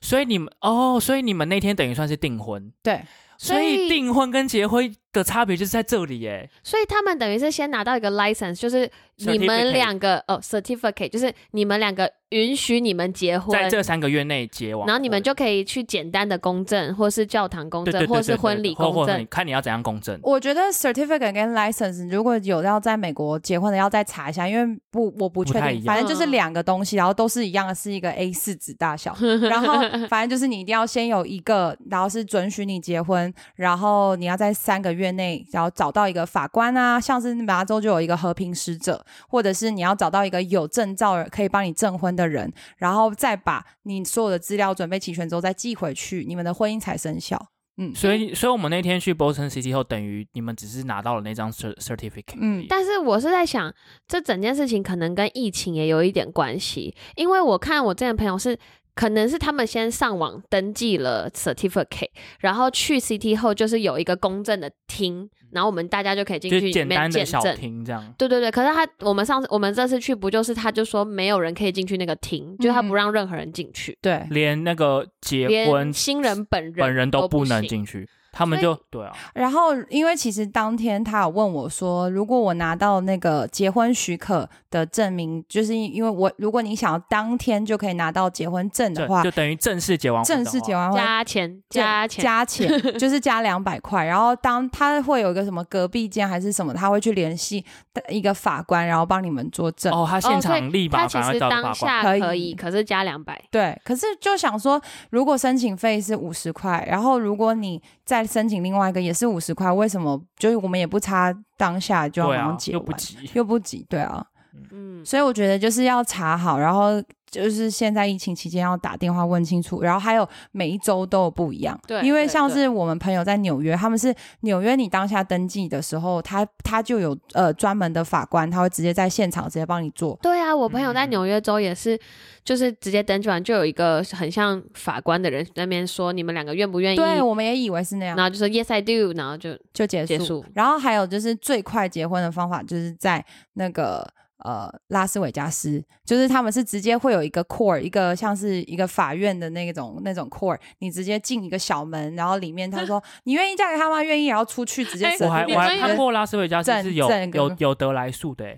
[SPEAKER 1] 所以你们哦，所以你们那天等于算是订婚，
[SPEAKER 2] 对，
[SPEAKER 1] 所以
[SPEAKER 3] 所以
[SPEAKER 1] 订婚跟结婚的差别就是在这里耶。
[SPEAKER 3] 所以他们等于是先拿到一个 license，就是你
[SPEAKER 1] Certificate
[SPEAKER 3] 们两个哦 certificate，就是你们两个允许你们结婚，
[SPEAKER 1] 在这三个月内结完婚，
[SPEAKER 3] 然后你们就可以去简单的公证，或是教堂公
[SPEAKER 1] 对
[SPEAKER 3] 证，
[SPEAKER 1] 对对对
[SPEAKER 3] 或是婚礼
[SPEAKER 1] 或
[SPEAKER 3] 公嗯
[SPEAKER 1] 或 你
[SPEAKER 3] 证。
[SPEAKER 1] 看你要怎样公证。
[SPEAKER 2] 我觉得 certificate 跟 license 如果有要在美国结婚的，要再查一下，因为不我不确
[SPEAKER 1] 不太一
[SPEAKER 2] 定，
[SPEAKER 1] 样
[SPEAKER 2] 反正就是两个东西，然后都是一样的，是一个 A 四纸大小，然后嗯 反正就是你一定要先有一个，然后是准许你结婚，然后你要在三个月内，然后找到一个法官啊，像是麻州就有一个和平使者，或者是你要找到一个有证照可以帮你证婚的人，然后再把你所有的资料准备齐全之后再寄回去，你们的婚姻才生效。嗯
[SPEAKER 1] 所以，所以我们那天去 Boston City 后，等于你们只是拿到了那张 cer- certificate，
[SPEAKER 2] 嗯
[SPEAKER 3] 但是我是在想，这整件事情可能跟疫情也有一点关系，因为我看我之前的朋友是。可能是他们先上网登记了 certificate，然后去 CT 后就是有一个公证的厅，然后我们大家就可以进
[SPEAKER 1] 嗯
[SPEAKER 3] 去
[SPEAKER 1] 就是
[SPEAKER 3] 里
[SPEAKER 1] 简单
[SPEAKER 3] 面
[SPEAKER 1] 的
[SPEAKER 3] 见
[SPEAKER 1] 小
[SPEAKER 3] 证。
[SPEAKER 1] 厅这样。
[SPEAKER 3] 对对对，可是他我们上次我们这次去不就是他就说没有人可以进去那个厅，就是他
[SPEAKER 2] 嗯
[SPEAKER 3] 不让任何人进去，
[SPEAKER 2] 对，
[SPEAKER 1] 连那个结婚
[SPEAKER 3] 连新人本人
[SPEAKER 1] 本人
[SPEAKER 3] 都
[SPEAKER 1] 都不能
[SPEAKER 3] 行。
[SPEAKER 1] 进去，他们
[SPEAKER 3] 所以
[SPEAKER 1] 就对啊，
[SPEAKER 2] 然后，因为其实当天他有问我说，如果我拿到那个结婚许可的证明，就是因为我如果你想要当天就可以拿到结婚证的
[SPEAKER 1] 这
[SPEAKER 2] 话
[SPEAKER 1] 就，等于正式结完婚的
[SPEAKER 2] 正
[SPEAKER 1] 话，
[SPEAKER 2] 式结完婚
[SPEAKER 3] 加钱
[SPEAKER 2] 对
[SPEAKER 3] 加钱，
[SPEAKER 2] 加 钱就是加两百块。然后当他会有一个什么隔壁间还是什么，他会去联系一个法官，然后帮你们作证。
[SPEAKER 1] 哦，他现
[SPEAKER 3] 哦所以
[SPEAKER 1] 场立马
[SPEAKER 3] 他其
[SPEAKER 1] 赶快
[SPEAKER 3] 实
[SPEAKER 1] 找法
[SPEAKER 3] 当
[SPEAKER 1] 官，
[SPEAKER 3] 下
[SPEAKER 2] 可
[SPEAKER 3] 可
[SPEAKER 2] 以
[SPEAKER 3] 以，可是加两百。
[SPEAKER 2] 对，可是就想说，如果申请费是五十块，然后如果你再申请另外一个也是五十块，为什么就是我们也不差当下就要
[SPEAKER 1] 对
[SPEAKER 2] 马
[SPEAKER 1] 啊
[SPEAKER 2] 上，结
[SPEAKER 1] 又
[SPEAKER 2] 完，
[SPEAKER 1] 不急。
[SPEAKER 2] 又不急，对啊。
[SPEAKER 3] 嗯，
[SPEAKER 2] 所以我觉得就是要查好，然后就是现在疫情期间要打电话问清楚，然后还有每一周都有不一样。
[SPEAKER 3] 对
[SPEAKER 2] 因为
[SPEAKER 3] 对
[SPEAKER 2] 像
[SPEAKER 3] 对
[SPEAKER 2] 是我们朋友在纽约，他们是纽约你当下登记的时候，他他就有呃专门的法官，他会直接在现场直接帮你做。
[SPEAKER 3] 对啊，我朋友在
[SPEAKER 1] 嗯
[SPEAKER 3] 纽约州也是，就是直接登记完就有一个很像法官的人在那边说你们两个愿不愿意，
[SPEAKER 2] 对，我们也以为是那样
[SPEAKER 3] 然，后就说 Yes I do，然后就
[SPEAKER 2] 就结束。
[SPEAKER 3] 结束
[SPEAKER 2] 然后还有就是最快结婚的方法，就是在那个呃拉斯维加斯，就是他们是直接会有一个 court，一个像是一个法院的那种那种 court，你直接进一个小门，然后里面 他说你愿意嫁给他吗？愿意，然后出去直接
[SPEAKER 3] 哎
[SPEAKER 2] 审
[SPEAKER 1] 我还
[SPEAKER 2] 理
[SPEAKER 3] 你
[SPEAKER 1] 我还
[SPEAKER 3] 们
[SPEAKER 1] 看
[SPEAKER 3] 也
[SPEAKER 1] 过拉斯维加斯
[SPEAKER 2] 正
[SPEAKER 1] 是有
[SPEAKER 2] 正
[SPEAKER 1] 有
[SPEAKER 2] 跟
[SPEAKER 1] 有得来速的 欸，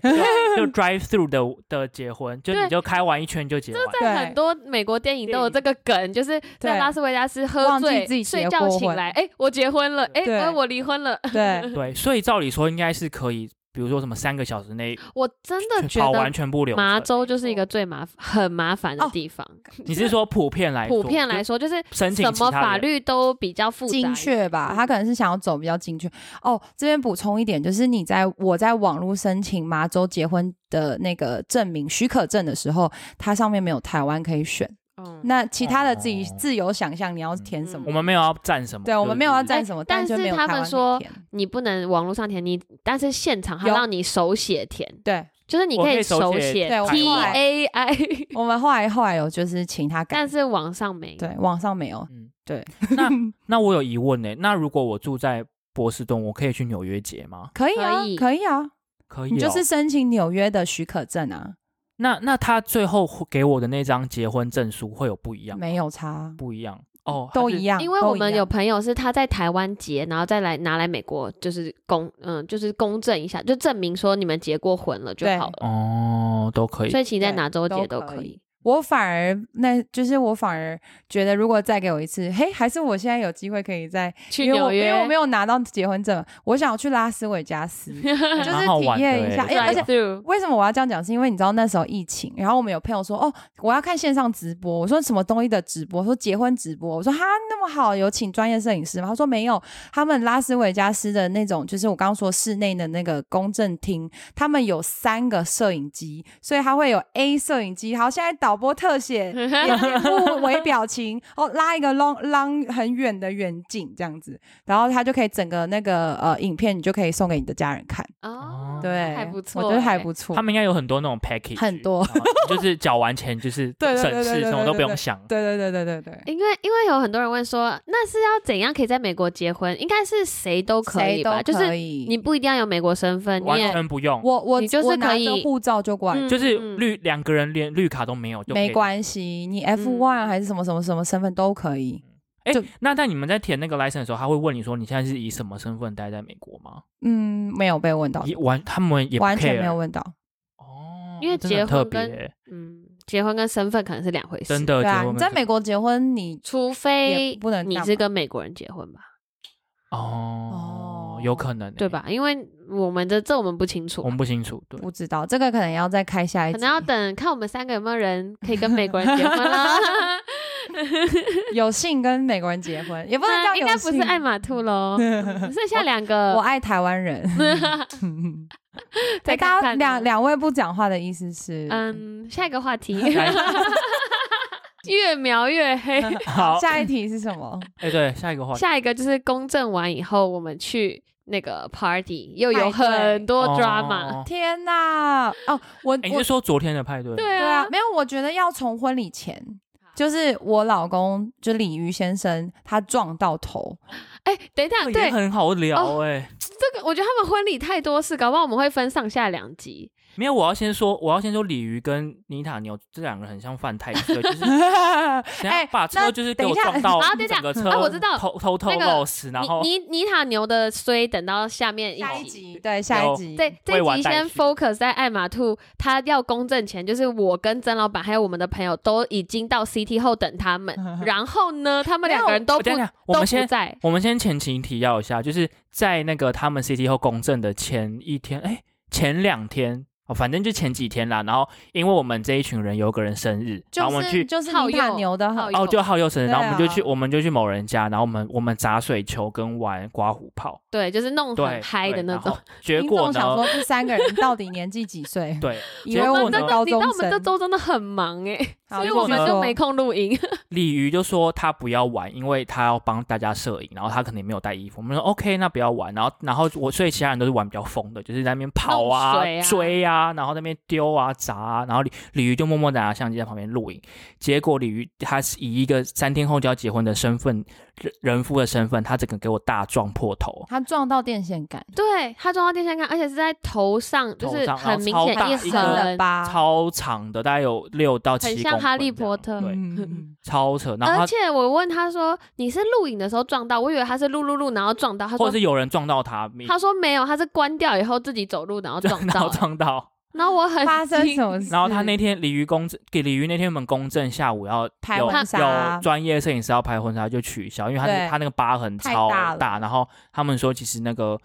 [SPEAKER 1] 就就 drive through 的的结婚，就
[SPEAKER 3] 对
[SPEAKER 1] 你就开完一圈就结完，
[SPEAKER 2] 对
[SPEAKER 3] 但很多美国电影都有这个梗，就是
[SPEAKER 2] 对
[SPEAKER 3] 在拉斯维加斯喝
[SPEAKER 2] 忘记
[SPEAKER 3] 醉
[SPEAKER 2] 自己结
[SPEAKER 3] 睡
[SPEAKER 2] 过
[SPEAKER 3] 觉
[SPEAKER 2] 婚
[SPEAKER 3] 醒来，哎，我结婚了，哎，
[SPEAKER 2] 对
[SPEAKER 3] 呃我离婚了，
[SPEAKER 2] 对。
[SPEAKER 1] 对，所以照理说应该是可以，比如说什么三个小时内
[SPEAKER 3] 我真的
[SPEAKER 1] 全
[SPEAKER 3] 觉
[SPEAKER 1] 跑
[SPEAKER 3] 得
[SPEAKER 1] 完全部流
[SPEAKER 3] 麻
[SPEAKER 1] 程。
[SPEAKER 3] 州就是一个最麻很麻烦的
[SPEAKER 2] 哦
[SPEAKER 3] 地方，
[SPEAKER 1] 你是说普遍来
[SPEAKER 3] 普
[SPEAKER 1] 说
[SPEAKER 3] 遍
[SPEAKER 1] 就
[SPEAKER 3] 来说就是
[SPEAKER 1] 申请
[SPEAKER 3] 什
[SPEAKER 1] 其
[SPEAKER 3] 么
[SPEAKER 1] 他的
[SPEAKER 3] 法
[SPEAKER 1] 人
[SPEAKER 3] 律都比较复杂一点，
[SPEAKER 2] 精确吧，他可能是想要走比较精确。哦，这边补充一点，就是你在我在网络申请麻州结婚的那个证明许可证的时候，它上面没有台湾可以选，
[SPEAKER 3] 嗯
[SPEAKER 2] 那其他的自己
[SPEAKER 1] 哦
[SPEAKER 2] 自由想象你要填什么
[SPEAKER 1] 我。们没有要占什么，
[SPEAKER 2] 对，我们没有要
[SPEAKER 1] 占。
[SPEAKER 2] 占什么，
[SPEAKER 3] 哎但
[SPEAKER 2] 就没有
[SPEAKER 3] 是他
[SPEAKER 2] 台
[SPEAKER 3] 们
[SPEAKER 2] 湾可以
[SPEAKER 3] 说
[SPEAKER 2] 填
[SPEAKER 3] 你不能网络上填，你但是现场他
[SPEAKER 2] 有
[SPEAKER 3] 让你手写填，
[SPEAKER 2] 对，
[SPEAKER 3] 就是你
[SPEAKER 1] 我可以
[SPEAKER 3] 以
[SPEAKER 1] 手
[SPEAKER 3] 手
[SPEAKER 1] 写
[SPEAKER 3] 写
[SPEAKER 2] 对我
[SPEAKER 3] T
[SPEAKER 2] 后来
[SPEAKER 3] A I，
[SPEAKER 2] 我们后来后来有就是请他改
[SPEAKER 3] 但，是网上没。
[SPEAKER 2] 对，网上没有，
[SPEAKER 1] 嗯
[SPEAKER 2] 对，
[SPEAKER 1] 那我有疑问呢、那如果我住在波士顿，我可以去纽约结吗？
[SPEAKER 2] 可以啊
[SPEAKER 3] 可，以
[SPEAKER 2] 可以啊，
[SPEAKER 1] 可以、哦，
[SPEAKER 2] 你就是申请纽约的许可证啊，
[SPEAKER 1] 那那他最后会给我的那张结婚证书会有不一样吗？
[SPEAKER 2] 没有差，
[SPEAKER 1] 不一样哦，
[SPEAKER 2] 都
[SPEAKER 1] 他是
[SPEAKER 2] 一样，
[SPEAKER 3] 哦啊因为
[SPEAKER 2] 啊都
[SPEAKER 3] 我
[SPEAKER 2] 一
[SPEAKER 3] 们有
[SPEAKER 2] 样
[SPEAKER 3] 朋友是他在台湾结，然后再来拿来美国，就是公嗯，就是公证一下，就证明说你们结过婚了就
[SPEAKER 2] 对
[SPEAKER 3] 好了。
[SPEAKER 1] 哦，都可以
[SPEAKER 3] 所。以其实在哪州
[SPEAKER 2] 对
[SPEAKER 3] 结
[SPEAKER 2] 都
[SPEAKER 3] 都
[SPEAKER 2] 可
[SPEAKER 3] 可
[SPEAKER 2] 以
[SPEAKER 3] 以。
[SPEAKER 2] 我反而那就是我反而觉得，如果再给我一次，嘿，还是我现在有机会可以在，
[SPEAKER 3] 去
[SPEAKER 2] 因为
[SPEAKER 3] 纽
[SPEAKER 2] 我因
[SPEAKER 3] 约，
[SPEAKER 2] 为我没有拿到结婚证嘛，我想要去拉斯维 加斯，就
[SPEAKER 1] 还
[SPEAKER 2] 是
[SPEAKER 1] 蛮好玩
[SPEAKER 2] 体
[SPEAKER 1] 的
[SPEAKER 2] 验一
[SPEAKER 1] 欸
[SPEAKER 2] 下，哎、
[SPEAKER 1] 对
[SPEAKER 2] 而且
[SPEAKER 3] drive。through
[SPEAKER 2] 为什么我要这样讲？是因为你知道那时候疫情，然后我们有朋友说哦，我要看线上直播，我说什么东西的直播？我说结婚直播，我说哈那么好，有请专业摄影师吗？他说没有，他们拉斯维加斯的那种，就是我刚刚说室内的那个公证厅，他们有三个摄影机，所以他会有 A 摄影机，好，现在导播 特写，脸脸部微表情，哦，拉一个 long long 很远的远景这样子，然后他就可以整个那个呃影片，你就可以送给你的家人看，
[SPEAKER 3] 哦，
[SPEAKER 2] 对，
[SPEAKER 3] 还不错欸，
[SPEAKER 2] 我觉得还不错
[SPEAKER 1] 他。们应该有很多那种 package，
[SPEAKER 2] 很多
[SPEAKER 1] 然后就是缴完钱就是
[SPEAKER 2] 对对对
[SPEAKER 1] 省
[SPEAKER 2] 对对
[SPEAKER 1] 事，
[SPEAKER 2] 对
[SPEAKER 1] 什么都不用
[SPEAKER 2] 对
[SPEAKER 1] 想。
[SPEAKER 2] 对对对对对对，
[SPEAKER 3] 因为因为有很多人问说，那是要怎样可以在美国结婚？应该是谁都可以
[SPEAKER 2] 谁都
[SPEAKER 3] 吧？就是你
[SPEAKER 2] 你
[SPEAKER 3] 不一定要有美国身份，你
[SPEAKER 1] 完
[SPEAKER 3] 也
[SPEAKER 1] 全不用，
[SPEAKER 2] 我我
[SPEAKER 3] 你就是
[SPEAKER 2] 我拿
[SPEAKER 3] 可以
[SPEAKER 2] 着护照就过来，
[SPEAKER 3] 嗯
[SPEAKER 1] 就是绿两个人连绿卡都没有就可以
[SPEAKER 2] 没关系，你
[SPEAKER 3] 嗯
[SPEAKER 2] F one 还是什么什么什么身份都可以。
[SPEAKER 1] 哎
[SPEAKER 2] 就，
[SPEAKER 1] 那在你们在填那个 license 的时候，他会问你说你现在是以什么身份待在美国吗？
[SPEAKER 2] 嗯，没有被问到，
[SPEAKER 1] 也完，他们也不
[SPEAKER 2] 完全没有
[SPEAKER 1] care
[SPEAKER 2] 问到。
[SPEAKER 1] 哦，
[SPEAKER 3] 因为
[SPEAKER 1] 真的
[SPEAKER 3] 结
[SPEAKER 1] 很特
[SPEAKER 3] 婚
[SPEAKER 1] 别
[SPEAKER 3] 跟
[SPEAKER 1] 欸，
[SPEAKER 3] 嗯，结婚跟身份可能是两回事。
[SPEAKER 1] 真，的
[SPEAKER 2] 对
[SPEAKER 1] 结
[SPEAKER 2] 啊，
[SPEAKER 1] 婚
[SPEAKER 2] 你
[SPEAKER 1] 跟
[SPEAKER 2] 在
[SPEAKER 1] 身
[SPEAKER 2] 美国结婚，你
[SPEAKER 3] 除非
[SPEAKER 2] 也不能
[SPEAKER 3] 哎你
[SPEAKER 2] 干
[SPEAKER 3] 是
[SPEAKER 2] 嘛
[SPEAKER 3] 跟美国人结婚吧，
[SPEAKER 1] 哦，有可能欸
[SPEAKER 3] 对？吧？因为我们的这我们不清楚
[SPEAKER 1] 我
[SPEAKER 3] 嘛，
[SPEAKER 1] 们不清楚，对，
[SPEAKER 2] 不知道，这个可能要再开下一
[SPEAKER 3] 可
[SPEAKER 2] 集
[SPEAKER 3] 能。要等看我们三个有没有人可以跟美国人结婚啦。
[SPEAKER 2] 有幸跟美国人结婚，也不能叫
[SPEAKER 3] 那
[SPEAKER 2] 有
[SPEAKER 3] 嗯应该不是
[SPEAKER 2] 幸
[SPEAKER 3] 爱马兔喽，剩下两
[SPEAKER 2] 我
[SPEAKER 3] 个。
[SPEAKER 2] 爱台湾人。
[SPEAKER 3] 再
[SPEAKER 2] 哎大
[SPEAKER 3] 看
[SPEAKER 2] 家
[SPEAKER 3] 看
[SPEAKER 2] 两
[SPEAKER 3] 哦
[SPEAKER 2] 两位不讲话的意思是，
[SPEAKER 3] 嗯，下一个话题，
[SPEAKER 1] 下一
[SPEAKER 3] 越描越黑。
[SPEAKER 1] 好，
[SPEAKER 2] 下一题是什么？
[SPEAKER 1] 哎，对，下一个话题，
[SPEAKER 3] 下一个就是公证完以后，我们去那个 party，又有
[SPEAKER 2] 派对
[SPEAKER 3] 很多 drama。
[SPEAKER 1] 哦
[SPEAKER 2] 天哪！哦，我
[SPEAKER 1] 哎你
[SPEAKER 2] 我
[SPEAKER 1] 是说昨天的派对？
[SPEAKER 3] 对
[SPEAKER 2] 对
[SPEAKER 3] 啊
[SPEAKER 2] 啊，，没有，我觉得要从婚礼前，就是我老公就鲤鱼先生，他撞到头，
[SPEAKER 3] 哎，等一下，
[SPEAKER 1] 这
[SPEAKER 3] 对
[SPEAKER 1] 哦也很好
[SPEAKER 3] 哦
[SPEAKER 1] 聊哎。
[SPEAKER 3] 这个，我觉得他们婚礼太多事，搞不好我们会分上下两集。
[SPEAKER 1] 没有，我要先说，我要先说鲤鱼跟妮塔牛这两个人很像犯太岁， 就是等下
[SPEAKER 2] 哎
[SPEAKER 1] 把车
[SPEAKER 2] 那
[SPEAKER 1] 就是给
[SPEAKER 2] 等
[SPEAKER 1] 我
[SPEAKER 2] 一下
[SPEAKER 1] 撞到
[SPEAKER 3] 啊等一下
[SPEAKER 1] 整个车，
[SPEAKER 3] 啊我知道
[SPEAKER 1] 偷偷偷
[SPEAKER 3] 那个
[SPEAKER 1] loss，然后
[SPEAKER 3] 你你尼塔牛的衰，等到下面一
[SPEAKER 2] 下一
[SPEAKER 3] 集。
[SPEAKER 2] 集对下一
[SPEAKER 1] 有
[SPEAKER 2] 集，
[SPEAKER 3] 对，这
[SPEAKER 1] 未完
[SPEAKER 3] 集
[SPEAKER 1] 待
[SPEAKER 3] 先
[SPEAKER 1] 续
[SPEAKER 3] focus 在艾玛兔，他要公证前，就是我跟曾老板还有我们的朋友都已经到 CT 后等他 们，然后呢，他们
[SPEAKER 2] 没
[SPEAKER 3] 两个
[SPEAKER 2] 有
[SPEAKER 3] 人都
[SPEAKER 1] 我
[SPEAKER 3] 不
[SPEAKER 1] 等一下我
[SPEAKER 3] 都
[SPEAKER 1] 们
[SPEAKER 3] 不
[SPEAKER 1] 先
[SPEAKER 3] 在，
[SPEAKER 1] 我们先前情提要一下，就是在那个他们 CT 后公证的前一天，哎，前两天哦，反正就前几天啦。然后因为我们这一群人有个人生日，然后我
[SPEAKER 2] 就
[SPEAKER 1] 们
[SPEAKER 2] 是
[SPEAKER 1] 去
[SPEAKER 2] 就是
[SPEAKER 3] 好
[SPEAKER 2] 你大
[SPEAKER 3] 用
[SPEAKER 2] 牛的
[SPEAKER 3] 好
[SPEAKER 2] 很
[SPEAKER 3] 用
[SPEAKER 1] 哦，就好友生日，
[SPEAKER 2] 对
[SPEAKER 1] 然后我们就
[SPEAKER 2] 啊
[SPEAKER 1] 去我们就去某人家，然后我们我们砸水球跟玩刮胡泡，
[SPEAKER 3] 对，就是弄
[SPEAKER 1] 对
[SPEAKER 3] 很，嗨的
[SPEAKER 1] 对
[SPEAKER 3] 那
[SPEAKER 1] 然
[SPEAKER 3] 种
[SPEAKER 1] 后。结
[SPEAKER 2] 听
[SPEAKER 1] 果
[SPEAKER 2] 众
[SPEAKER 1] 呢？
[SPEAKER 2] 想？说这三个人到底年纪几岁
[SPEAKER 1] 对，
[SPEAKER 2] 以
[SPEAKER 1] 结
[SPEAKER 2] 为
[SPEAKER 1] 果
[SPEAKER 2] 我
[SPEAKER 1] 呢
[SPEAKER 2] 们
[SPEAKER 1] 真的
[SPEAKER 2] 高
[SPEAKER 3] 啊你知道
[SPEAKER 2] 中
[SPEAKER 3] 我们这
[SPEAKER 2] 生，
[SPEAKER 3] 周真的很忙哎、
[SPEAKER 2] 好
[SPEAKER 3] 所以
[SPEAKER 2] 继
[SPEAKER 3] 我
[SPEAKER 2] 续
[SPEAKER 3] 们就
[SPEAKER 2] 说
[SPEAKER 3] 没空录音。
[SPEAKER 1] 鲤鱼就说他不要玩，因为他要帮大家摄影，然后他可能也没有带衣服。我们说 OK，那不要玩。然后，然后我所以其他人都是玩比较疯的，就是在那边跑
[SPEAKER 3] 弄
[SPEAKER 1] 啊、
[SPEAKER 3] 水啊
[SPEAKER 1] 追啊，然后在那边丢啊、砸啊。然后鲤鲤鱼就默默地拿相机在旁边录影。结果鲤鱼他是以一个三天后就要结婚的身份，人人夫的身份，他整个给我大撞破头，
[SPEAKER 2] 他撞到电线杆，
[SPEAKER 3] 对他撞到电线杆，而且是在头上，就
[SPEAKER 1] 头
[SPEAKER 3] 是
[SPEAKER 1] 上然后
[SPEAKER 3] 很明
[SPEAKER 1] 超大
[SPEAKER 3] 显一
[SPEAKER 1] 一
[SPEAKER 2] 真
[SPEAKER 1] 个
[SPEAKER 2] 的
[SPEAKER 3] 痕，
[SPEAKER 2] 吧？
[SPEAKER 1] 超长的，大概有六到七
[SPEAKER 3] 啊很
[SPEAKER 1] 公分这
[SPEAKER 3] 像
[SPEAKER 1] 样，
[SPEAKER 3] 哈利波特
[SPEAKER 1] 对，
[SPEAKER 2] 嗯，
[SPEAKER 1] 超扯。然后
[SPEAKER 3] 而
[SPEAKER 1] 他
[SPEAKER 3] 且我问他说：“你是录影的时候撞到？”我以为他是录录录，然后撞到。他
[SPEAKER 1] 或
[SPEAKER 3] 说
[SPEAKER 1] 者是有人撞到他，：“
[SPEAKER 3] 他说没有，他是关掉以后自己走路，然后撞
[SPEAKER 1] 然
[SPEAKER 3] 到
[SPEAKER 1] 后
[SPEAKER 3] 了。
[SPEAKER 1] 撞到。”
[SPEAKER 3] 然后我很
[SPEAKER 2] 发生
[SPEAKER 3] 惊
[SPEAKER 2] 什么事？
[SPEAKER 1] 然后他那天鲤鱼公证给鲤鱼那天我们公证下午要
[SPEAKER 2] 拍
[SPEAKER 1] 有
[SPEAKER 2] 婚纱
[SPEAKER 1] 有专业摄影师要拍婚纱就取消，因为他那
[SPEAKER 2] 对
[SPEAKER 1] 他那个疤痕
[SPEAKER 2] 太
[SPEAKER 1] 超
[SPEAKER 2] 大了
[SPEAKER 1] 然后他们说其实那个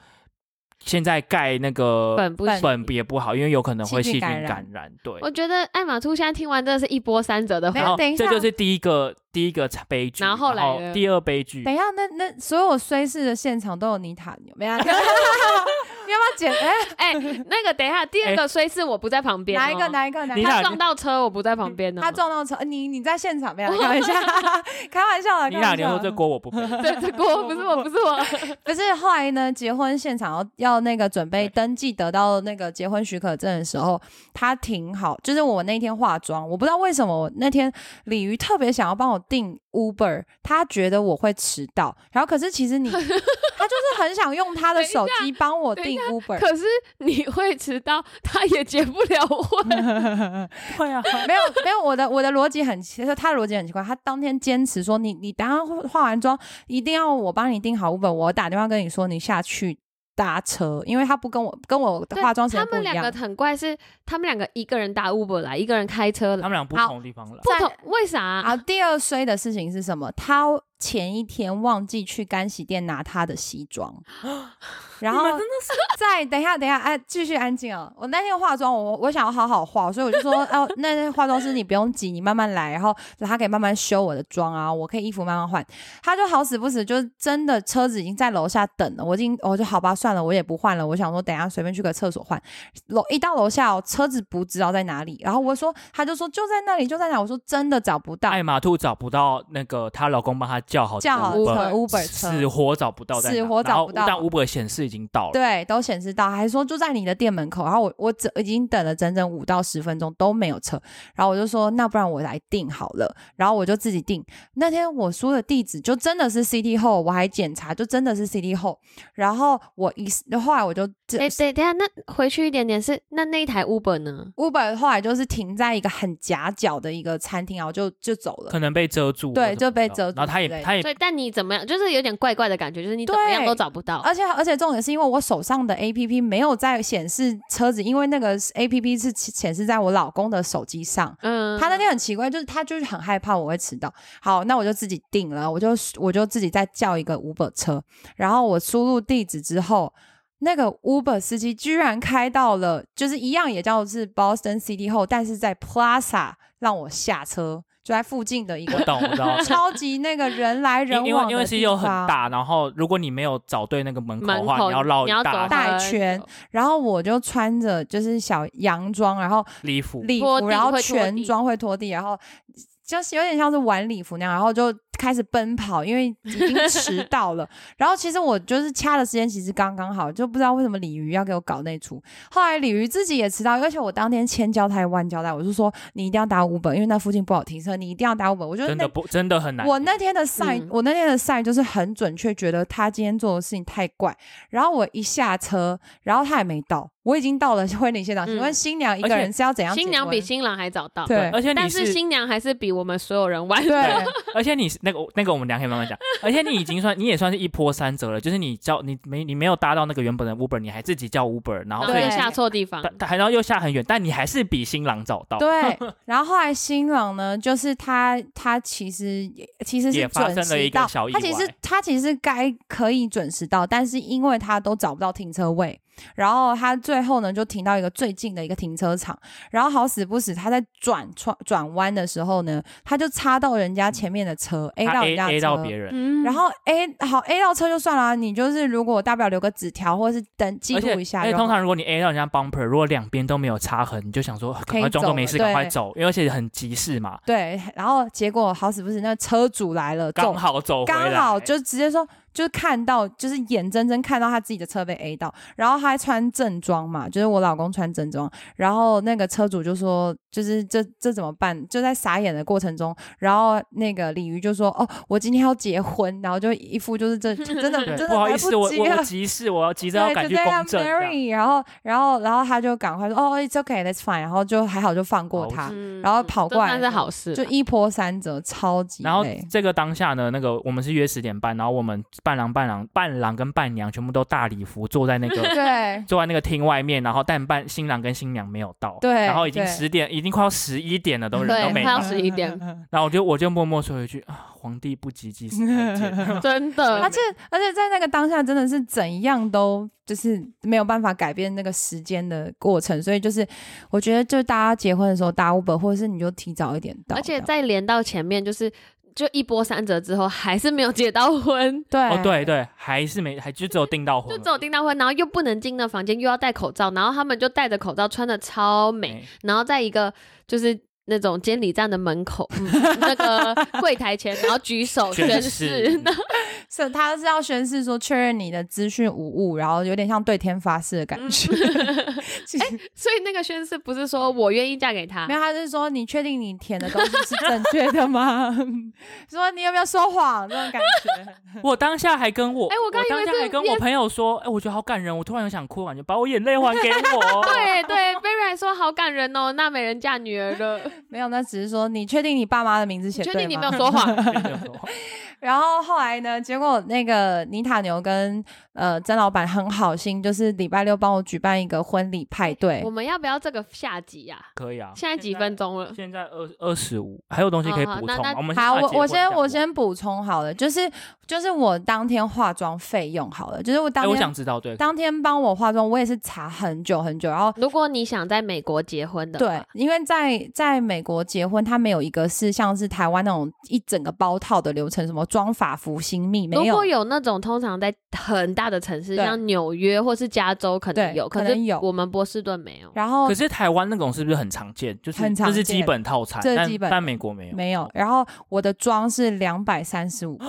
[SPEAKER 1] 现在盖那个
[SPEAKER 3] 本不
[SPEAKER 2] 本
[SPEAKER 3] 行。
[SPEAKER 1] 粉也不好，因为有可能会细
[SPEAKER 2] 细
[SPEAKER 1] 菌
[SPEAKER 2] 菌感染
[SPEAKER 1] 感染。对，
[SPEAKER 3] 我觉得艾玛兔现在听完真的是一波三折的
[SPEAKER 2] 没
[SPEAKER 1] 然
[SPEAKER 2] 有
[SPEAKER 3] 话，
[SPEAKER 1] 后
[SPEAKER 2] 等一
[SPEAKER 1] 这
[SPEAKER 2] 下
[SPEAKER 1] 就是第一个第一个悲剧，
[SPEAKER 3] 然
[SPEAKER 1] 然
[SPEAKER 3] 后后来呢
[SPEAKER 1] 第二悲剧
[SPEAKER 2] 等。一下，那那所有衰事的现场都有 妮塔牛，没啊？你要不要剪？ 哎，
[SPEAKER 3] 哎、那个等一下，第
[SPEAKER 1] 哎
[SPEAKER 3] 二个虽是我不在旁边、哦
[SPEAKER 2] 哪一个？哪一个？哪一
[SPEAKER 1] 妮
[SPEAKER 2] 个
[SPEAKER 1] 塔
[SPEAKER 3] 他撞到车，我不在旁边呢、哦
[SPEAKER 1] 嗯
[SPEAKER 2] 他撞到车，呃你你在现场没有？开 玩笑，开玩笑的。
[SPEAKER 1] 你
[SPEAKER 2] 开
[SPEAKER 1] 俩
[SPEAKER 2] 玩
[SPEAKER 1] 连
[SPEAKER 2] 笑
[SPEAKER 1] 说
[SPEAKER 2] 的
[SPEAKER 1] 这锅我 不背，
[SPEAKER 3] 对，这锅不是我，不是我。
[SPEAKER 2] 不是后来呢？结婚现场要要那个准备
[SPEAKER 1] 对
[SPEAKER 2] 登记得到那个结婚许可证的时候，他挺好。就是我那天化妆，我不知道为什么我那天鲤鱼特别想要帮我订 Uber，他觉 得我会迟到，然后可是其实你他就是很想用他的手机帮我
[SPEAKER 3] 等一
[SPEAKER 2] 订 Uber，
[SPEAKER 3] 可是你会迟到，他也结不了 婚。
[SPEAKER 1] 会啊，
[SPEAKER 2] 没有没有，我的我的逻辑很奇，就是他的逻辑很奇怪。他当天坚持说你你等下化完妆一定要我帮你订好 Uber，我打电话跟你说你下去搭车，因为他不跟我跟我的
[SPEAKER 3] 对
[SPEAKER 2] 化妆时
[SPEAKER 3] 他
[SPEAKER 2] 间不
[SPEAKER 3] 们
[SPEAKER 2] 一
[SPEAKER 3] 两
[SPEAKER 2] 样
[SPEAKER 3] 个。很怪是，他们两个一个人搭 Uber 来，一个人开车
[SPEAKER 1] 他
[SPEAKER 3] 来，
[SPEAKER 1] 们俩不
[SPEAKER 3] 好
[SPEAKER 1] 同地方了。
[SPEAKER 3] 不
[SPEAKER 2] 在
[SPEAKER 3] 同为啥啊、
[SPEAKER 2] 好，第二衰的事情是什么？他前一天忘记去干洗店拿他的西 装，然后 再等一下，等一下，哎，继续安静哦。我那天化妆，我我想要好好化，所以我就说，哦，那那化妆师你不用急，你慢慢来，然后他可以慢慢修我的妆啊，我可以衣服慢慢换。他就好死不死，就是真的车子已经在楼下等了，我已经我就好吧，算了，我也不换了。我想说，等一下随便去个厕所换。楼一到楼下哦，车子不知道在哪里，然后我说，他就说就在那里，就在那里。我说真的找不到，
[SPEAKER 1] 艾玛兔找不到那个她老公帮她叫好的
[SPEAKER 2] 叫好车
[SPEAKER 1] Uber，
[SPEAKER 2] 呃 Uber
[SPEAKER 1] 死
[SPEAKER 2] 车。
[SPEAKER 1] 活找不到在哪，
[SPEAKER 2] 死活找不到
[SPEAKER 1] 然后但 Uber 显示已经到了。
[SPEAKER 2] 对，都显示到，还说就在你的店门口。然后我我整已经等了整整五到十分钟都没有车，然后我就说那不然我来订好了，然后我就自己订。那天我输的地址就真的是 City Hall，我还检查就真的是 City Hall。然后我一后来我就这
[SPEAKER 3] 等等等一下，那回去一点点是那那一台 Uber 呢？
[SPEAKER 2] Uber 后来就是停在一个很夹角的一个餐厅，然后就就走了
[SPEAKER 1] 可。能被遮住，
[SPEAKER 2] 对
[SPEAKER 1] 我怎么
[SPEAKER 2] 就被
[SPEAKER 1] 知道
[SPEAKER 2] 遮住
[SPEAKER 1] 然后她也
[SPEAKER 2] 之类的
[SPEAKER 1] 她也
[SPEAKER 3] 所以但你怎么样，就是有点怪怪的感觉，就是你怎么样
[SPEAKER 2] 哎对
[SPEAKER 3] 都找不到。
[SPEAKER 2] 而且而且重点是因为我手上的 A P P 没有在显示车子，因为那个 A P P 是显示在我老公的手机上。
[SPEAKER 3] 嗯，
[SPEAKER 2] 他那天很奇怪，就是他就是很害怕我会迟到。好，那我就自己定了，我就我就自己再叫一个 Uber 车，然后我输入地址之后，那个 Uber 司机居然开到了，就是一样也叫是 Boston City Hall，但是在 Plaza 让我下车，就在附近的一
[SPEAKER 1] 我
[SPEAKER 2] 个。
[SPEAKER 1] 懂，我知道
[SPEAKER 2] 超级那个人来 人
[SPEAKER 1] 因因
[SPEAKER 2] 往
[SPEAKER 1] 为
[SPEAKER 2] 的
[SPEAKER 1] 因为 C
[SPEAKER 2] 地
[SPEAKER 1] U 很
[SPEAKER 2] 方。
[SPEAKER 1] 大，然后如果你没有找对那个门口的
[SPEAKER 3] 门
[SPEAKER 1] 话，
[SPEAKER 3] 口
[SPEAKER 1] 你要绕一
[SPEAKER 3] 你要
[SPEAKER 1] 大
[SPEAKER 3] 走很
[SPEAKER 2] 大圈
[SPEAKER 3] 久
[SPEAKER 2] 然后我就穿着就是小洋装，然后
[SPEAKER 1] 礼服。
[SPEAKER 2] 礼
[SPEAKER 3] 拖
[SPEAKER 2] 服，
[SPEAKER 3] 地
[SPEAKER 2] 然后
[SPEAKER 3] 会拖
[SPEAKER 2] 全
[SPEAKER 3] 地
[SPEAKER 2] 妆会拖地，然后就是有点像是晚礼服那样，然后就开始奔跑，因为已经 迟到了。然后其实我就是掐的时间其实刚刚好，就不知道为什么鲤鱼要给我搞那出。后来鲤鱼自己也迟到，而且我当天千交代万交代，我就说你一定要打五本，因为那附近不好停车，你一定要打五本。我觉得
[SPEAKER 1] 真
[SPEAKER 2] 那
[SPEAKER 1] 的不，真的很难。
[SPEAKER 2] 我那天的赛，
[SPEAKER 3] 嗯
[SPEAKER 2] 我那天的赛就是很准确，觉得他今天做的事情太怪。然后我一下车，然后他也没到，我已经到了 婚礼现场。
[SPEAKER 3] 嗯
[SPEAKER 2] 请问新娘一
[SPEAKER 1] 而
[SPEAKER 2] 个
[SPEAKER 1] 且
[SPEAKER 2] 人是要怎样结婚？
[SPEAKER 3] 新娘比新郎还早到，
[SPEAKER 2] 对
[SPEAKER 1] 而且你
[SPEAKER 3] 但是新娘还是比我们所有人晚。
[SPEAKER 2] 对
[SPEAKER 1] 而且你是那个那个，我们俩可以慢慢讲。而且你已经算，你也算是一波三折了，就是你叫你没你没有搭到那个原本的 Uber，你还自己叫 Uber，然
[SPEAKER 3] 然
[SPEAKER 1] 后
[SPEAKER 3] 后
[SPEAKER 1] 所以
[SPEAKER 3] 又
[SPEAKER 2] 对
[SPEAKER 3] 下错地方，
[SPEAKER 1] 但但还然后又下很远，但你还是比新郎早到。
[SPEAKER 2] 对。然后后来新郎呢，就是他，他其实其实
[SPEAKER 1] 也
[SPEAKER 2] 是
[SPEAKER 1] 发
[SPEAKER 2] 准
[SPEAKER 1] 生了一
[SPEAKER 2] 时
[SPEAKER 1] 个
[SPEAKER 2] 到
[SPEAKER 1] 小，意
[SPEAKER 2] 他其实
[SPEAKER 1] 外
[SPEAKER 2] 他其实该可以准时到，但是因为他都找不到停车位，然后他最后呢就停到一个最近的一个停车场，然后好死不死他在转转转弯的时候呢，他就插到人家前面的车，A
[SPEAKER 1] 他
[SPEAKER 2] 到
[SPEAKER 1] A
[SPEAKER 2] 人家的
[SPEAKER 1] A
[SPEAKER 2] 车
[SPEAKER 1] 到别人，
[SPEAKER 3] 嗯
[SPEAKER 2] 然后 A 好 A 到车就算了啊，你就是如果大不了留个纸条或者是等记
[SPEAKER 1] 而且
[SPEAKER 2] 录一下
[SPEAKER 1] 而且
[SPEAKER 2] 就
[SPEAKER 1] 通
[SPEAKER 2] 好，
[SPEAKER 1] 常如果你 A 到人家 bumper，如果两边都没有擦痕，你就想说啊
[SPEAKER 2] 可
[SPEAKER 1] 赶
[SPEAKER 2] 以
[SPEAKER 1] 快装
[SPEAKER 2] 走
[SPEAKER 1] 作
[SPEAKER 2] 了
[SPEAKER 1] 没事，
[SPEAKER 2] 对
[SPEAKER 1] 赶快走，因为而且很急事嘛，
[SPEAKER 2] 对，然后结果好死不死那车主来了，
[SPEAKER 1] 刚
[SPEAKER 2] 走
[SPEAKER 1] 好走回来，
[SPEAKER 2] 刚好就直接说，就是看到，就是眼睁睁看到他自己的车被 A 到，然后他还穿正装嘛，就是我老公穿正装，然后那个车主就说，就是这这怎么办？就在傻眼的过程中，然后那个鲤鱼就说，哦，我今天要结婚，然后就一副就是这真的
[SPEAKER 1] 对
[SPEAKER 2] 真的
[SPEAKER 1] 不好
[SPEAKER 2] 来
[SPEAKER 1] 意思，我
[SPEAKER 2] 及
[SPEAKER 1] 我
[SPEAKER 2] 了
[SPEAKER 1] 我急事，我要急着要
[SPEAKER 2] 对，
[SPEAKER 1] 赶
[SPEAKER 2] 就
[SPEAKER 1] 去
[SPEAKER 2] 这样
[SPEAKER 1] 公证这样。
[SPEAKER 2] marry，然后然后然后他就赶快说，哦，it's okay，that's fine，然后就还好就放过
[SPEAKER 1] 好
[SPEAKER 2] 他，
[SPEAKER 3] 嗯
[SPEAKER 2] 啊然后跑过来
[SPEAKER 3] 这算是好事啦，
[SPEAKER 2] 就一波三折，超级
[SPEAKER 1] 啊然后
[SPEAKER 2] 累
[SPEAKER 1] 这个当下呢，那个我们是约十点半，然后我们伴郎、伴郎、伴郎跟伴娘全部都大礼服坐在那 个
[SPEAKER 2] 对。
[SPEAKER 1] 坐在那个厅外面，然后但伴新郎跟新娘没有到，
[SPEAKER 2] 对
[SPEAKER 1] 然后已经
[SPEAKER 2] 对
[SPEAKER 1] 十点，已经快要十一点了，都人
[SPEAKER 3] 对
[SPEAKER 1] 都没
[SPEAKER 3] 快
[SPEAKER 1] 到
[SPEAKER 3] 要。11点
[SPEAKER 1] 然后我就我就默默说一句啊，皇帝不急急死太 监。
[SPEAKER 3] 真
[SPEAKER 1] 呃
[SPEAKER 3] 的
[SPEAKER 2] 而且而且在那个当下，真的是怎样都就是没有办法改变那个时间的过程，所以就是我觉得，就大家结婚的时候搭 Uber，或者是你就提早一点到这样，
[SPEAKER 3] 而且再连到前面就是。就一波三折之后，还是没有结到婚，
[SPEAKER 2] 对
[SPEAKER 1] 哦，对对，还是没，还就只有订到婚
[SPEAKER 3] 就
[SPEAKER 1] 了，
[SPEAKER 3] 只有订到婚，然后又不能进那房间，又要戴口罩，然后他们就戴着口罩，穿的超美，
[SPEAKER 1] 哎
[SPEAKER 3] 然后在一个就是那种监理站的门口，嗯那 个柜台前，然后举手宣
[SPEAKER 1] 宣
[SPEAKER 3] 誓
[SPEAKER 1] 誓。
[SPEAKER 3] 那
[SPEAKER 2] 是他是要宣誓说确认你的资讯无误，然后有点像对天发誓的
[SPEAKER 3] 嗯
[SPEAKER 2] 感觉。
[SPEAKER 3] 哎
[SPEAKER 2] 其实
[SPEAKER 3] 所以那个宣誓不是说我愿意嫁给他
[SPEAKER 2] 没，有，他是说你确定你填的东西是正确的吗？ 说你有没有说谎这种感觉？
[SPEAKER 1] 哎我当下还跟我，
[SPEAKER 3] 哎我刚以为
[SPEAKER 1] 当下
[SPEAKER 3] 是
[SPEAKER 1] 还跟我
[SPEAKER 3] yes
[SPEAKER 1] 朋友说，哎、我觉得好感人，我突然有想哭，感觉把我眼泪还给我。
[SPEAKER 3] 对对，Berry 还说好感人哦，那没人嫁女儿了。
[SPEAKER 2] 没有，那只是说你确定你爸妈的名字写
[SPEAKER 3] 确
[SPEAKER 2] 对吗？
[SPEAKER 3] 定你没有说谎？
[SPEAKER 2] 然后后来呢？结果那个妮塔牛跟呃曾老板很好心，就是礼拜六帮我举办一个婚礼派对
[SPEAKER 3] 我。们要不要这个下集呀、
[SPEAKER 1] 可以啊。
[SPEAKER 3] 现在几分？钟了？
[SPEAKER 1] 现在二二十五，还有东西可以
[SPEAKER 3] 哦好
[SPEAKER 1] 补
[SPEAKER 3] 那
[SPEAKER 1] 充吗
[SPEAKER 3] 那
[SPEAKER 1] 我们
[SPEAKER 2] 啊好，
[SPEAKER 1] 把
[SPEAKER 2] 我
[SPEAKER 1] 结
[SPEAKER 2] 我
[SPEAKER 1] 婚
[SPEAKER 2] 先
[SPEAKER 1] 讲
[SPEAKER 2] 我
[SPEAKER 1] 完。哎
[SPEAKER 2] 先补充好了，就是就是我当天化妆费用好了，就是我
[SPEAKER 1] 哎、
[SPEAKER 2] 当
[SPEAKER 1] 我
[SPEAKER 2] 天、
[SPEAKER 1] 想知道，对，
[SPEAKER 2] 当天帮我化妆，我也是查很久很久，然后
[SPEAKER 3] 如果你想在美国结婚的
[SPEAKER 2] 对
[SPEAKER 3] 话，，
[SPEAKER 2] 因为在在美国结婚，它没有一个是像是台湾那种一整个包套的流程，什么妆发服新密没
[SPEAKER 3] 如
[SPEAKER 2] 有
[SPEAKER 3] 果。有那种通常在很大的城市，
[SPEAKER 2] 对
[SPEAKER 3] 像纽约或是加州，可能
[SPEAKER 2] 对
[SPEAKER 3] 有，
[SPEAKER 2] 可
[SPEAKER 3] 是
[SPEAKER 2] 能有
[SPEAKER 3] 我们波士顿没有。
[SPEAKER 2] 然后
[SPEAKER 1] 可是台湾那种是不是很常见？就是
[SPEAKER 2] 很常
[SPEAKER 1] 这是基
[SPEAKER 2] 见
[SPEAKER 1] 本套餐，
[SPEAKER 2] 这是
[SPEAKER 1] 但
[SPEAKER 2] 基本
[SPEAKER 1] 但美国没有。
[SPEAKER 2] 没有，然后我的妆是两百三 十五块，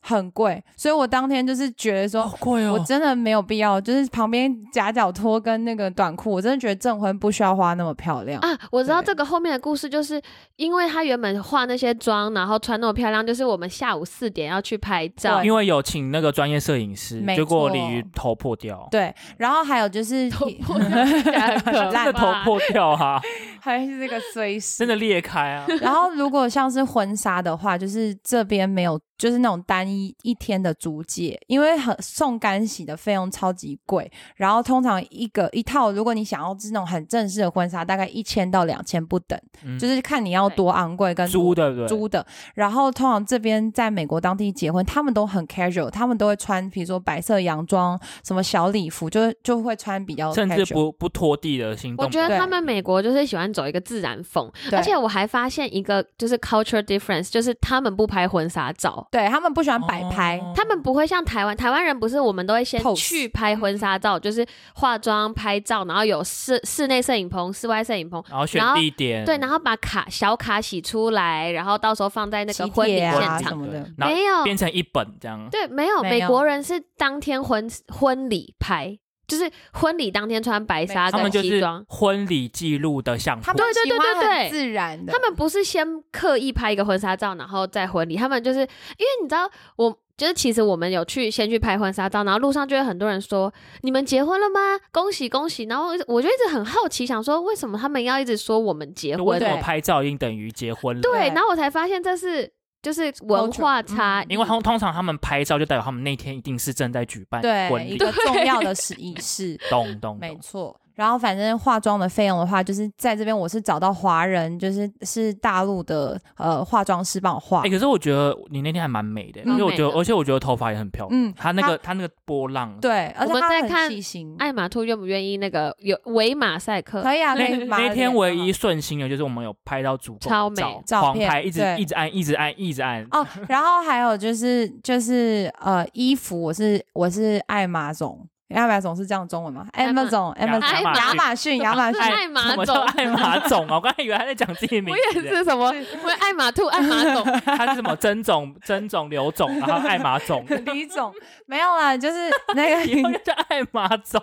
[SPEAKER 2] 很贵，所以我当天就是觉得说。
[SPEAKER 1] 好贵
[SPEAKER 2] 我
[SPEAKER 1] 哦！
[SPEAKER 2] 真的没有必要，就是旁边夹脚拖跟那个短裤，我真的觉得证婚不需要花那么漂亮。
[SPEAKER 3] 啊，我知道
[SPEAKER 2] 对
[SPEAKER 3] 这个后面的故事，就是因为他原本化那些妆，然后穿那么漂亮，就是我们下午四点要去拍照
[SPEAKER 2] 对，
[SPEAKER 1] 因为有请那个专业摄影师，
[SPEAKER 2] 没
[SPEAKER 1] 结果
[SPEAKER 2] 错
[SPEAKER 1] 鲤鱼头破掉，
[SPEAKER 2] 对，然后还有就 是
[SPEAKER 3] 头破掉听起来很可
[SPEAKER 1] 真
[SPEAKER 3] 怕
[SPEAKER 1] 的头破掉啊，
[SPEAKER 2] 还是这个碎
[SPEAKER 1] 真的 裂开 啊！
[SPEAKER 2] 然后如果像是婚纱的话，就是这边没有，就是那种单一一天的租借，因为很送干洗的费用超级贵。然后通常一个一套，如果你想要是那种很正式的婚纱，大概一千到两千不等，
[SPEAKER 1] 嗯
[SPEAKER 2] 就是看你要多昂贵跟
[SPEAKER 1] 租
[SPEAKER 2] 多。
[SPEAKER 1] 对不对？
[SPEAKER 2] 租的，然后通常这边在美国当地结婚，他们都很 casual，他们都会穿，比如说白色洋装、什么小礼服，就就会穿比较 casual,
[SPEAKER 1] 甚至不不拖地的行动
[SPEAKER 3] 我
[SPEAKER 1] 不
[SPEAKER 3] 觉
[SPEAKER 1] 了，
[SPEAKER 3] 得
[SPEAKER 2] 对
[SPEAKER 3] 他们美国就是喜欢走一个自然风，
[SPEAKER 2] 对，
[SPEAKER 3] 而且我还发现一个就是 culture difference，就是他们不拍婚纱照。
[SPEAKER 2] 对他们不喜欢摆拍，
[SPEAKER 1] 哦
[SPEAKER 3] 他们不会像台湾，台湾人不是我们都会先
[SPEAKER 2] Pose
[SPEAKER 3] 去拍婚纱照，
[SPEAKER 2] 嗯
[SPEAKER 3] 就是化妆拍照，然后有室室内摄影棚、室外摄影棚，
[SPEAKER 1] 然后选
[SPEAKER 3] 然后
[SPEAKER 1] 地点，
[SPEAKER 3] 对，然后把卡小卡洗出来，然后到时候放在那个
[SPEAKER 2] 喜
[SPEAKER 3] 婚礼
[SPEAKER 2] 帖
[SPEAKER 3] 现
[SPEAKER 2] 啊
[SPEAKER 3] 场。
[SPEAKER 2] 什么的，
[SPEAKER 1] 然后
[SPEAKER 3] 没有，
[SPEAKER 1] 变成一本这样。
[SPEAKER 3] 对，没有，
[SPEAKER 2] 没
[SPEAKER 3] 美
[SPEAKER 2] 有
[SPEAKER 3] 国人是当天婚婚礼拍，就是婚礼当天穿白纱
[SPEAKER 2] 没错
[SPEAKER 1] 他们
[SPEAKER 3] 跟
[SPEAKER 1] 就
[SPEAKER 3] 西
[SPEAKER 1] 是
[SPEAKER 3] 装。
[SPEAKER 1] 婚礼记录的相
[SPEAKER 2] 他
[SPEAKER 1] 簿，
[SPEAKER 2] 们
[SPEAKER 3] 对对
[SPEAKER 2] 喜欢
[SPEAKER 3] 对对
[SPEAKER 2] 很
[SPEAKER 3] 对
[SPEAKER 2] 自然的
[SPEAKER 3] 他。们不是先刻意拍一个婚纱照，然后再婚礼。他们就是因为你知道，我就是其实我们有去先去拍婚纱照，然后路上就会很多人说你们结婚了吗？恭喜恭喜！然后我就一直很好奇，想说为什么他们要一直说我们结
[SPEAKER 1] 就为
[SPEAKER 3] 婚
[SPEAKER 1] 什？么
[SPEAKER 2] 对
[SPEAKER 1] 拍照已经等于结婚了？
[SPEAKER 3] 对，嗯
[SPEAKER 2] 对
[SPEAKER 3] 然后我才发现这是就是文
[SPEAKER 2] Culture，
[SPEAKER 3] 化差异，
[SPEAKER 1] 因为通通常他们拍照就代表他们那天一定是正在举办
[SPEAKER 2] 对
[SPEAKER 1] 婚
[SPEAKER 2] 一
[SPEAKER 1] 礼，
[SPEAKER 2] 个重要的是仪式，
[SPEAKER 1] 懂懂
[SPEAKER 2] 没
[SPEAKER 1] 懂。
[SPEAKER 2] 错。然后反正化妆的费用的话，就是在这边我是找到华人，就是是大陆的呃化妆师帮我化。
[SPEAKER 1] 哎、可是我觉得你那天还蛮美的，
[SPEAKER 2] 嗯
[SPEAKER 1] 因为我
[SPEAKER 3] 蛮美
[SPEAKER 1] 觉得，
[SPEAKER 3] 的
[SPEAKER 1] 而且我觉得头发也很漂亮。
[SPEAKER 2] 嗯
[SPEAKER 1] 她那个她那个波浪，，
[SPEAKER 2] 对，而
[SPEAKER 3] 我
[SPEAKER 2] 且
[SPEAKER 3] 们
[SPEAKER 2] 他
[SPEAKER 3] 再
[SPEAKER 2] 很
[SPEAKER 3] 看
[SPEAKER 2] 细心，
[SPEAKER 3] 艾玛兔愿不愿意那个有围马赛克？
[SPEAKER 2] 可以啊，可
[SPEAKER 1] 那
[SPEAKER 2] 以马
[SPEAKER 1] 那
[SPEAKER 2] 的
[SPEAKER 1] 天
[SPEAKER 2] 脸
[SPEAKER 1] 唯
[SPEAKER 2] 上
[SPEAKER 1] 一顺心的就是我们有拍到足够
[SPEAKER 3] 超
[SPEAKER 1] 的
[SPEAKER 3] 美
[SPEAKER 1] 照，
[SPEAKER 2] 照
[SPEAKER 1] 狂
[SPEAKER 2] 片
[SPEAKER 1] 拍，一直
[SPEAKER 2] 对
[SPEAKER 1] 一直按，一直按，一直按。
[SPEAKER 2] 哦，然后还有就是就是呃衣服，我是我是爱马总，爱马总是这样中文吗
[SPEAKER 3] 爱马
[SPEAKER 2] ？Amazon
[SPEAKER 1] 亚
[SPEAKER 2] Amazon
[SPEAKER 1] 马逊
[SPEAKER 2] 亚马逊亚马逊
[SPEAKER 3] 是
[SPEAKER 1] 哎
[SPEAKER 3] 爱马
[SPEAKER 1] 什么叫
[SPEAKER 3] 总
[SPEAKER 1] 爱马总啊？我刚才以为他在讲自己的名
[SPEAKER 3] 我
[SPEAKER 1] 字，欸
[SPEAKER 3] 也是什么？我也爱马兔，爱马总，
[SPEAKER 1] 他是什么曾总、曾总、刘总，然后爱马 总，
[SPEAKER 2] 李总没有啦，就是那
[SPEAKER 1] 以
[SPEAKER 2] 个
[SPEAKER 1] 后就叫爱马总。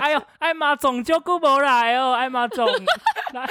[SPEAKER 1] 哎呦，爱马总就顾不来哦，爱马总。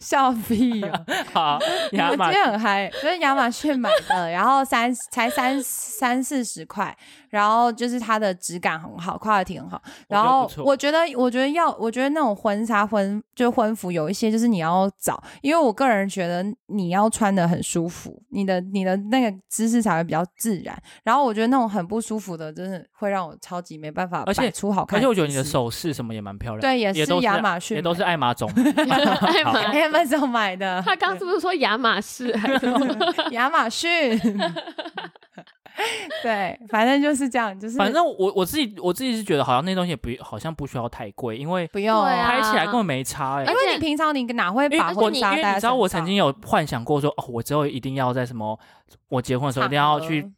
[SPEAKER 2] 笑屁哦。
[SPEAKER 1] 好，亚
[SPEAKER 2] 我
[SPEAKER 1] 马
[SPEAKER 2] 今天很嗨，就是亚马逊买的，然后三才三三四十块，然后就是它的质感很好，quality 很好。
[SPEAKER 1] 我觉得
[SPEAKER 2] 然后
[SPEAKER 1] 不错
[SPEAKER 2] 我觉得，我觉得要，我觉得那种婚纱婚就婚服有一些就是你要找，因为我个人觉得你要穿的很舒服，你的你的那个姿势才会比较自然。然后我觉得那种很不舒服的，真的会让我超级没办法
[SPEAKER 1] 而且
[SPEAKER 2] 摆出好看
[SPEAKER 1] 而且我觉得你的
[SPEAKER 2] 姿势
[SPEAKER 1] 手势什么也蛮漂亮的，
[SPEAKER 2] 对也
[SPEAKER 1] 也
[SPEAKER 2] 是
[SPEAKER 1] 都是
[SPEAKER 2] 亚马逊
[SPEAKER 1] 也都是爱马 总。
[SPEAKER 3] 爱马
[SPEAKER 1] 好
[SPEAKER 2] Amazon 买的，
[SPEAKER 3] 他刚是不是说亚马 士？
[SPEAKER 2] 亚马逊。 对，反正就是这样，就是
[SPEAKER 1] 反正我我自己我自己是觉得好像那东西也不好像不需要太贵，因为
[SPEAKER 2] 不用
[SPEAKER 3] 对啊
[SPEAKER 1] 拍起来根本没差哎、
[SPEAKER 2] 因
[SPEAKER 1] 欸
[SPEAKER 3] 而。
[SPEAKER 2] 为
[SPEAKER 3] 且
[SPEAKER 2] 你平常你哪会
[SPEAKER 1] 因
[SPEAKER 2] 把
[SPEAKER 1] 为我
[SPEAKER 2] 婚
[SPEAKER 1] 你因
[SPEAKER 2] 纱
[SPEAKER 1] 为
[SPEAKER 2] 带在
[SPEAKER 1] 你知道，
[SPEAKER 2] 身
[SPEAKER 1] 我
[SPEAKER 2] 上
[SPEAKER 1] 曾经有幻想过说，哦，我之后一定要在什么，我结婚的时候一定要去
[SPEAKER 2] 场合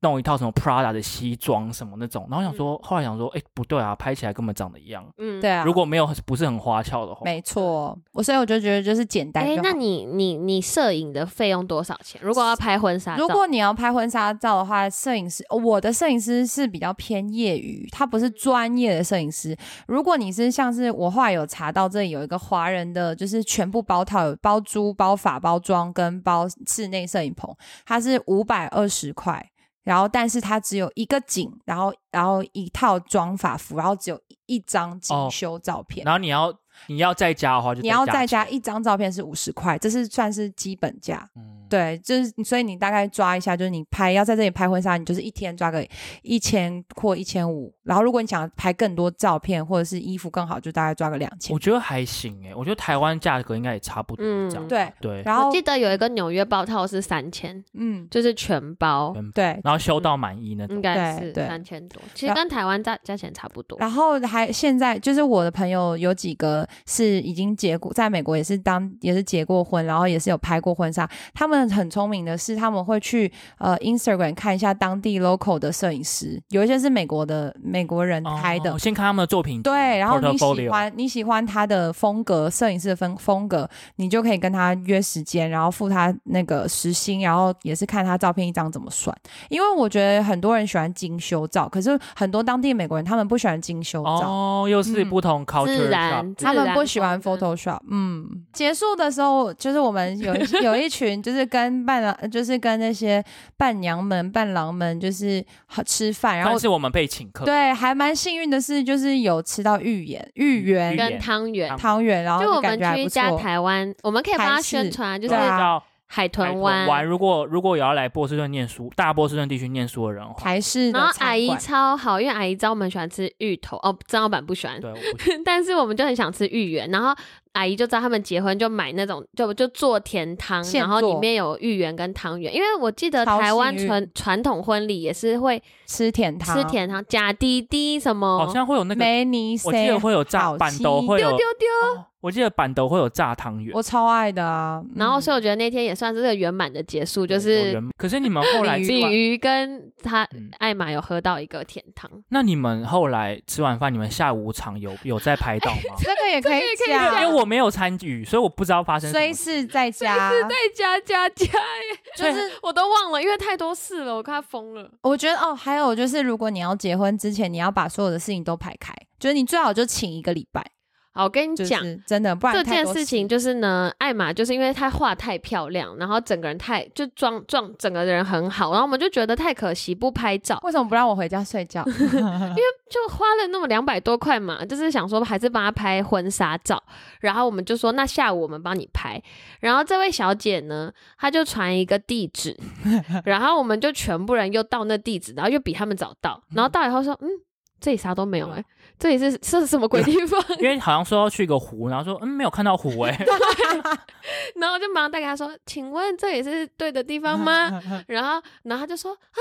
[SPEAKER 1] 弄一套什么 Prada 的西装什么那种，然后想说，后来想说，哎、不对啊，拍起来根本长得一样。
[SPEAKER 3] 嗯
[SPEAKER 2] 嗯对。啊，
[SPEAKER 1] 如果没有不是很花俏的话，
[SPEAKER 2] 没错，我所以我就觉得就是简单就
[SPEAKER 3] 哎、
[SPEAKER 2] 好。
[SPEAKER 3] 那你你你摄影的费用多少钱？如果要拍婚纱照，
[SPEAKER 2] 如果你要拍婚纱照的话，摄影师，哦我的摄影师是比较偏业余，他不是专业的摄影师。如果你是像是我后来有查到，这里有一个华人的，就是全部包套，有包租、包法、包装跟包室内摄影棚，它是五百二十块。然后，但是它只有一个景，然后，然后一套装法服，然后只有一张
[SPEAKER 1] 哦
[SPEAKER 2] 精修照片。
[SPEAKER 1] 然后你要你要在家的话就
[SPEAKER 2] 你要再
[SPEAKER 1] 加
[SPEAKER 2] 加一张照片是五十块，这是算是基本价。
[SPEAKER 1] 钱，嗯，
[SPEAKER 2] 对，就是所以你大概抓一下，就是你拍要在这里拍婚纱，你就是一天抓个一千或一千五，然后如果你想拍更多照片或者是衣服更好，就大概抓个两千
[SPEAKER 1] 我。觉得还行哎、我觉得台湾价格应该也差不多这样。
[SPEAKER 3] 嗯
[SPEAKER 2] 对，
[SPEAKER 1] 对，
[SPEAKER 2] 然
[SPEAKER 3] 我
[SPEAKER 2] 后
[SPEAKER 3] 记得有一个纽约包套是三千，
[SPEAKER 2] 嗯，
[SPEAKER 3] 就是全包，
[SPEAKER 1] 全
[SPEAKER 2] 对，
[SPEAKER 1] 然后修到满意那种。
[SPEAKER 3] 应该是
[SPEAKER 2] 对对
[SPEAKER 3] 三千多，其实跟台湾价价钱差不多。
[SPEAKER 2] 然后还现在就是我的朋友有几个是已经结过，在美国也是当也是结过婚，然后也是有拍过婚纱。他们很聪明的是，他们会去呃 Instagram 看一下当地 local 的摄影师，有一些是美国的美国人拍的
[SPEAKER 1] 哦，先看他们的作品集，
[SPEAKER 2] 对，然后你喜
[SPEAKER 1] portfolio
[SPEAKER 2] 欢你喜欢他的风格，摄影师的风风格，你就可以跟他约时间，然后付他那个时薪，然后也是看他照片一张怎么算。因为我觉得很多人喜欢精修照，可是很多当地美国人他们不喜欢精修照。
[SPEAKER 1] 哦，又是
[SPEAKER 2] 嗯
[SPEAKER 1] 不同 culture
[SPEAKER 3] 自然
[SPEAKER 1] shock
[SPEAKER 2] 他们不喜欢
[SPEAKER 3] 自然风
[SPEAKER 2] Photoshop，嗯，结束的时候就是我们有一有一群就是跟伴郎，就是跟那些伴娘们、伴郎们就是吃饭，然后
[SPEAKER 1] 但是我们被请客，
[SPEAKER 2] 对还蛮幸运的是，就是有吃到芋圆、芋圆
[SPEAKER 1] 芋
[SPEAKER 3] 跟汤圆，
[SPEAKER 2] 汤圆，然后
[SPEAKER 3] 就我
[SPEAKER 2] 哦感
[SPEAKER 3] 们
[SPEAKER 2] 觉还
[SPEAKER 3] 去一
[SPEAKER 2] 不
[SPEAKER 3] 家
[SPEAKER 2] 错。
[SPEAKER 3] 台湾，我们可以帮他
[SPEAKER 2] 台式
[SPEAKER 3] 宣传啊，就
[SPEAKER 1] 对，
[SPEAKER 3] 是
[SPEAKER 2] 对啊
[SPEAKER 1] 叫
[SPEAKER 3] 海
[SPEAKER 1] 海
[SPEAKER 3] 豚
[SPEAKER 1] 豚
[SPEAKER 3] 湾。
[SPEAKER 1] 湾。如果如果有要来波士顿念书，大波士顿地区念书的人的话，
[SPEAKER 2] 台式的
[SPEAKER 3] 然后
[SPEAKER 2] 餐
[SPEAKER 3] 阿姨
[SPEAKER 2] 馆
[SPEAKER 3] 超好，因为阿姨知道我们喜欢吃芋头哦，张老板不喜欢，
[SPEAKER 1] 对，我不喜
[SPEAKER 3] 但是我们就很想吃芋圆。然后阿姨就知道他们结婚就买那种，就就做甜汤，
[SPEAKER 2] 现
[SPEAKER 3] 然后里
[SPEAKER 2] 做
[SPEAKER 3] 面有芋圆跟汤圆。因为我记得
[SPEAKER 2] 超
[SPEAKER 3] 台湾
[SPEAKER 2] 幸运
[SPEAKER 3] 传传统婚礼也是会
[SPEAKER 2] 吃甜汤，
[SPEAKER 3] 吃甜汤，假滴滴什
[SPEAKER 1] 好
[SPEAKER 3] 么，
[SPEAKER 1] 像会有那个，
[SPEAKER 2] 梅尼
[SPEAKER 1] 我记得
[SPEAKER 2] 塞，
[SPEAKER 1] 会有炸
[SPEAKER 2] 哦好
[SPEAKER 1] 板豆，
[SPEAKER 2] 吃
[SPEAKER 1] 会有
[SPEAKER 3] 丢丢丢。
[SPEAKER 1] 哦我记得板豆会有炸汤圆，
[SPEAKER 2] 我超爱的啊。
[SPEAKER 3] 然后
[SPEAKER 2] 嗯
[SPEAKER 3] 所以我觉得那天也算是个圆满的结束，就
[SPEAKER 1] 有
[SPEAKER 3] 是
[SPEAKER 1] 人可是你们后来
[SPEAKER 2] 鲤鱼
[SPEAKER 3] 鲤鱼跟他
[SPEAKER 1] 嗯
[SPEAKER 3] 艾玛有喝到一个甜汤，
[SPEAKER 1] 那你们后来吃完饭，你们下午场有有在
[SPEAKER 2] 哎
[SPEAKER 1] 拍到 吗？
[SPEAKER 2] 这个也可以
[SPEAKER 1] 因为
[SPEAKER 2] 讲，
[SPEAKER 1] 我没有参与，所以我不知道发生什
[SPEAKER 2] 虽
[SPEAKER 1] 么事。
[SPEAKER 2] 是在家，
[SPEAKER 3] 再加加加
[SPEAKER 2] 哎
[SPEAKER 3] 耶，
[SPEAKER 2] 就
[SPEAKER 1] 所
[SPEAKER 2] 是
[SPEAKER 3] 我都忘了，因为太多事了，我快疯了。
[SPEAKER 2] 我觉得哦，还有就是，如果你要结婚之前，你要把所有的事情都排开，就是你最好就请一个礼拜，
[SPEAKER 3] 好，我跟你
[SPEAKER 2] 就
[SPEAKER 3] 讲。
[SPEAKER 2] 是真的，不然
[SPEAKER 3] 这
[SPEAKER 2] 太
[SPEAKER 3] 件
[SPEAKER 2] 多
[SPEAKER 3] 事情就是呢，艾玛就是因为她画太漂亮，然后整个人太就妆妆整个人很好，然后我们就觉得太可惜不拍照，
[SPEAKER 2] 为什么不让我回家 睡觉？
[SPEAKER 3] 就花了那么两百多块嘛，就是想说还是帮她拍婚纱照，然后我们就说那下午我们帮你拍，然后这位小姐呢，她就传一个地 址，然后我们就全部人又到那地址，然后又比他们早到，然后到以后说嗯。这里啥都没有
[SPEAKER 2] 啊
[SPEAKER 3] 哎、这里是这是什么鬼地方？
[SPEAKER 1] 因为好像说要去一个湖，然后说嗯没有看到 湖哎、
[SPEAKER 3] 然后我就马上带给他说：“请问这里是对的地方吗？” 然后，然后他就说：“啊，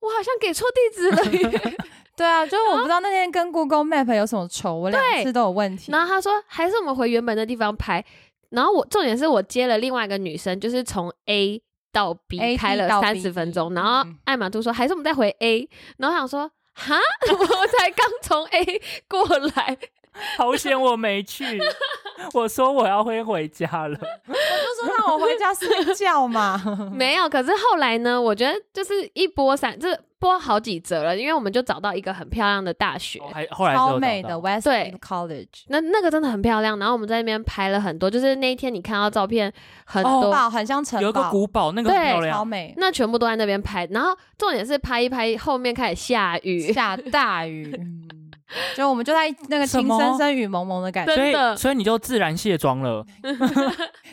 [SPEAKER 3] 我好像给错地 址了耶。
[SPEAKER 2] 对啊，就是我不知道那天跟 Google Map 有什么仇，我两
[SPEAKER 3] 对
[SPEAKER 2] 次都有问”题。
[SPEAKER 3] 然后他说：“还是我们回原本的地方拍。”然后我重点是我接了另外一个女生，就是从 A 到 B
[SPEAKER 2] A
[SPEAKER 3] 开了
[SPEAKER 2] 到
[SPEAKER 3] 三
[SPEAKER 2] B
[SPEAKER 3] 十分钟。然后
[SPEAKER 2] 嗯
[SPEAKER 3] 艾玛都说：“还是我们再回 A。”然后我想说：“哈， 我才刚从 A 过 来，
[SPEAKER 1] 好险我没去。我说我要会回家 了，
[SPEAKER 2] 就说让我回家睡 觉嘛。
[SPEAKER 3] 没有，可是后来呢？我觉得就是一波三，这波好几折了，因为我们就找到一个很漂亮的大学，
[SPEAKER 1] 我还后来
[SPEAKER 2] 超
[SPEAKER 1] 就
[SPEAKER 2] 美的 West
[SPEAKER 3] 对
[SPEAKER 2] College，
[SPEAKER 3] 那那个真的很漂亮，然后我们在那边拍了很多，就是那一天你看到照片很
[SPEAKER 2] 古
[SPEAKER 3] 多，
[SPEAKER 2] 堡哦很像城堡，
[SPEAKER 1] 有一个古堡，那个
[SPEAKER 3] 对
[SPEAKER 1] 很漂
[SPEAKER 2] 超
[SPEAKER 1] 亮，
[SPEAKER 2] 美，
[SPEAKER 3] 那全部都在那边拍。然后重点是拍一拍，后面开始 下雨，
[SPEAKER 2] 下 大雨，嗯就我们就在那个
[SPEAKER 1] 什
[SPEAKER 2] 情
[SPEAKER 1] 么
[SPEAKER 2] 深深雨蒙蒙的感觉。
[SPEAKER 1] 所
[SPEAKER 3] 真的
[SPEAKER 1] 以所以你就自然卸妆了，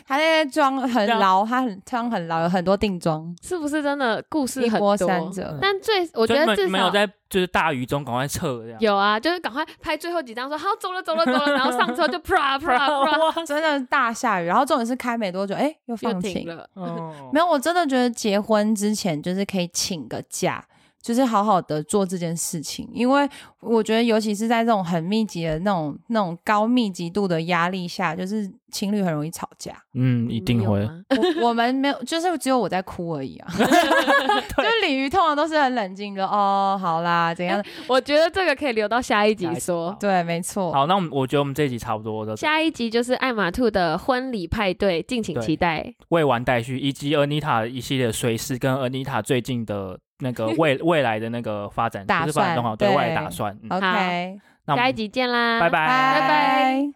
[SPEAKER 2] 他那些妆很
[SPEAKER 1] 对啊
[SPEAKER 2] 牢，他很妆很牢，有很多定妆，
[SPEAKER 3] 是不是真的故事
[SPEAKER 2] 一
[SPEAKER 3] 很
[SPEAKER 2] 波
[SPEAKER 3] 多？
[SPEAKER 2] 三折。
[SPEAKER 3] 但最我觉
[SPEAKER 1] 所以你
[SPEAKER 3] 得
[SPEAKER 1] 们
[SPEAKER 3] 至
[SPEAKER 1] 你们有
[SPEAKER 3] 少。
[SPEAKER 1] 在就是大雨中赶快撤这样。
[SPEAKER 3] 有啊，就是赶快拍最后几张，说好走了走了走了，然后上 车就 pra pra pra
[SPEAKER 2] 真的大下雨，然后重点是开没多久，哎，又
[SPEAKER 3] 又
[SPEAKER 2] 放
[SPEAKER 3] 停
[SPEAKER 2] 晴。
[SPEAKER 3] 了。
[SPEAKER 1] 哦
[SPEAKER 2] 没有，我真的觉得结婚之前就是可以请个假，就是好好的做这件事情，因为我觉得尤其是在这种很密集的那种那种高密集度的压力下，就是情侣很容易吵架。
[SPEAKER 1] 嗯，一定
[SPEAKER 3] 你
[SPEAKER 1] 会
[SPEAKER 3] 有。啊吗
[SPEAKER 2] 我我们没有，就是只有我在哭 而已啊。 就鲤鱼通常都是很冷静的，哦，好啦，怎
[SPEAKER 1] 哎
[SPEAKER 2] 样？
[SPEAKER 3] 我觉得这个可以留到下一集
[SPEAKER 1] 下一集
[SPEAKER 3] 说
[SPEAKER 1] 好。
[SPEAKER 2] 对，没错。
[SPEAKER 1] 好，那我们我觉得我们这一集差不多了，
[SPEAKER 3] 下一集就是艾玛兔的婚礼派对，敬请
[SPEAKER 1] 对
[SPEAKER 3] 期待。
[SPEAKER 1] 未完待续，以及 Anita 一系列的随事跟 Anita 最近的那个 未未来的那个发展
[SPEAKER 2] 打
[SPEAKER 1] 不是发展
[SPEAKER 2] 算
[SPEAKER 1] 动好对未来
[SPEAKER 2] 对
[SPEAKER 1] 打算。嗯，
[SPEAKER 2] OK，
[SPEAKER 1] 那我
[SPEAKER 3] 下一
[SPEAKER 1] 们
[SPEAKER 3] 集见啦，
[SPEAKER 1] 拜拜
[SPEAKER 2] 拜
[SPEAKER 3] 拜。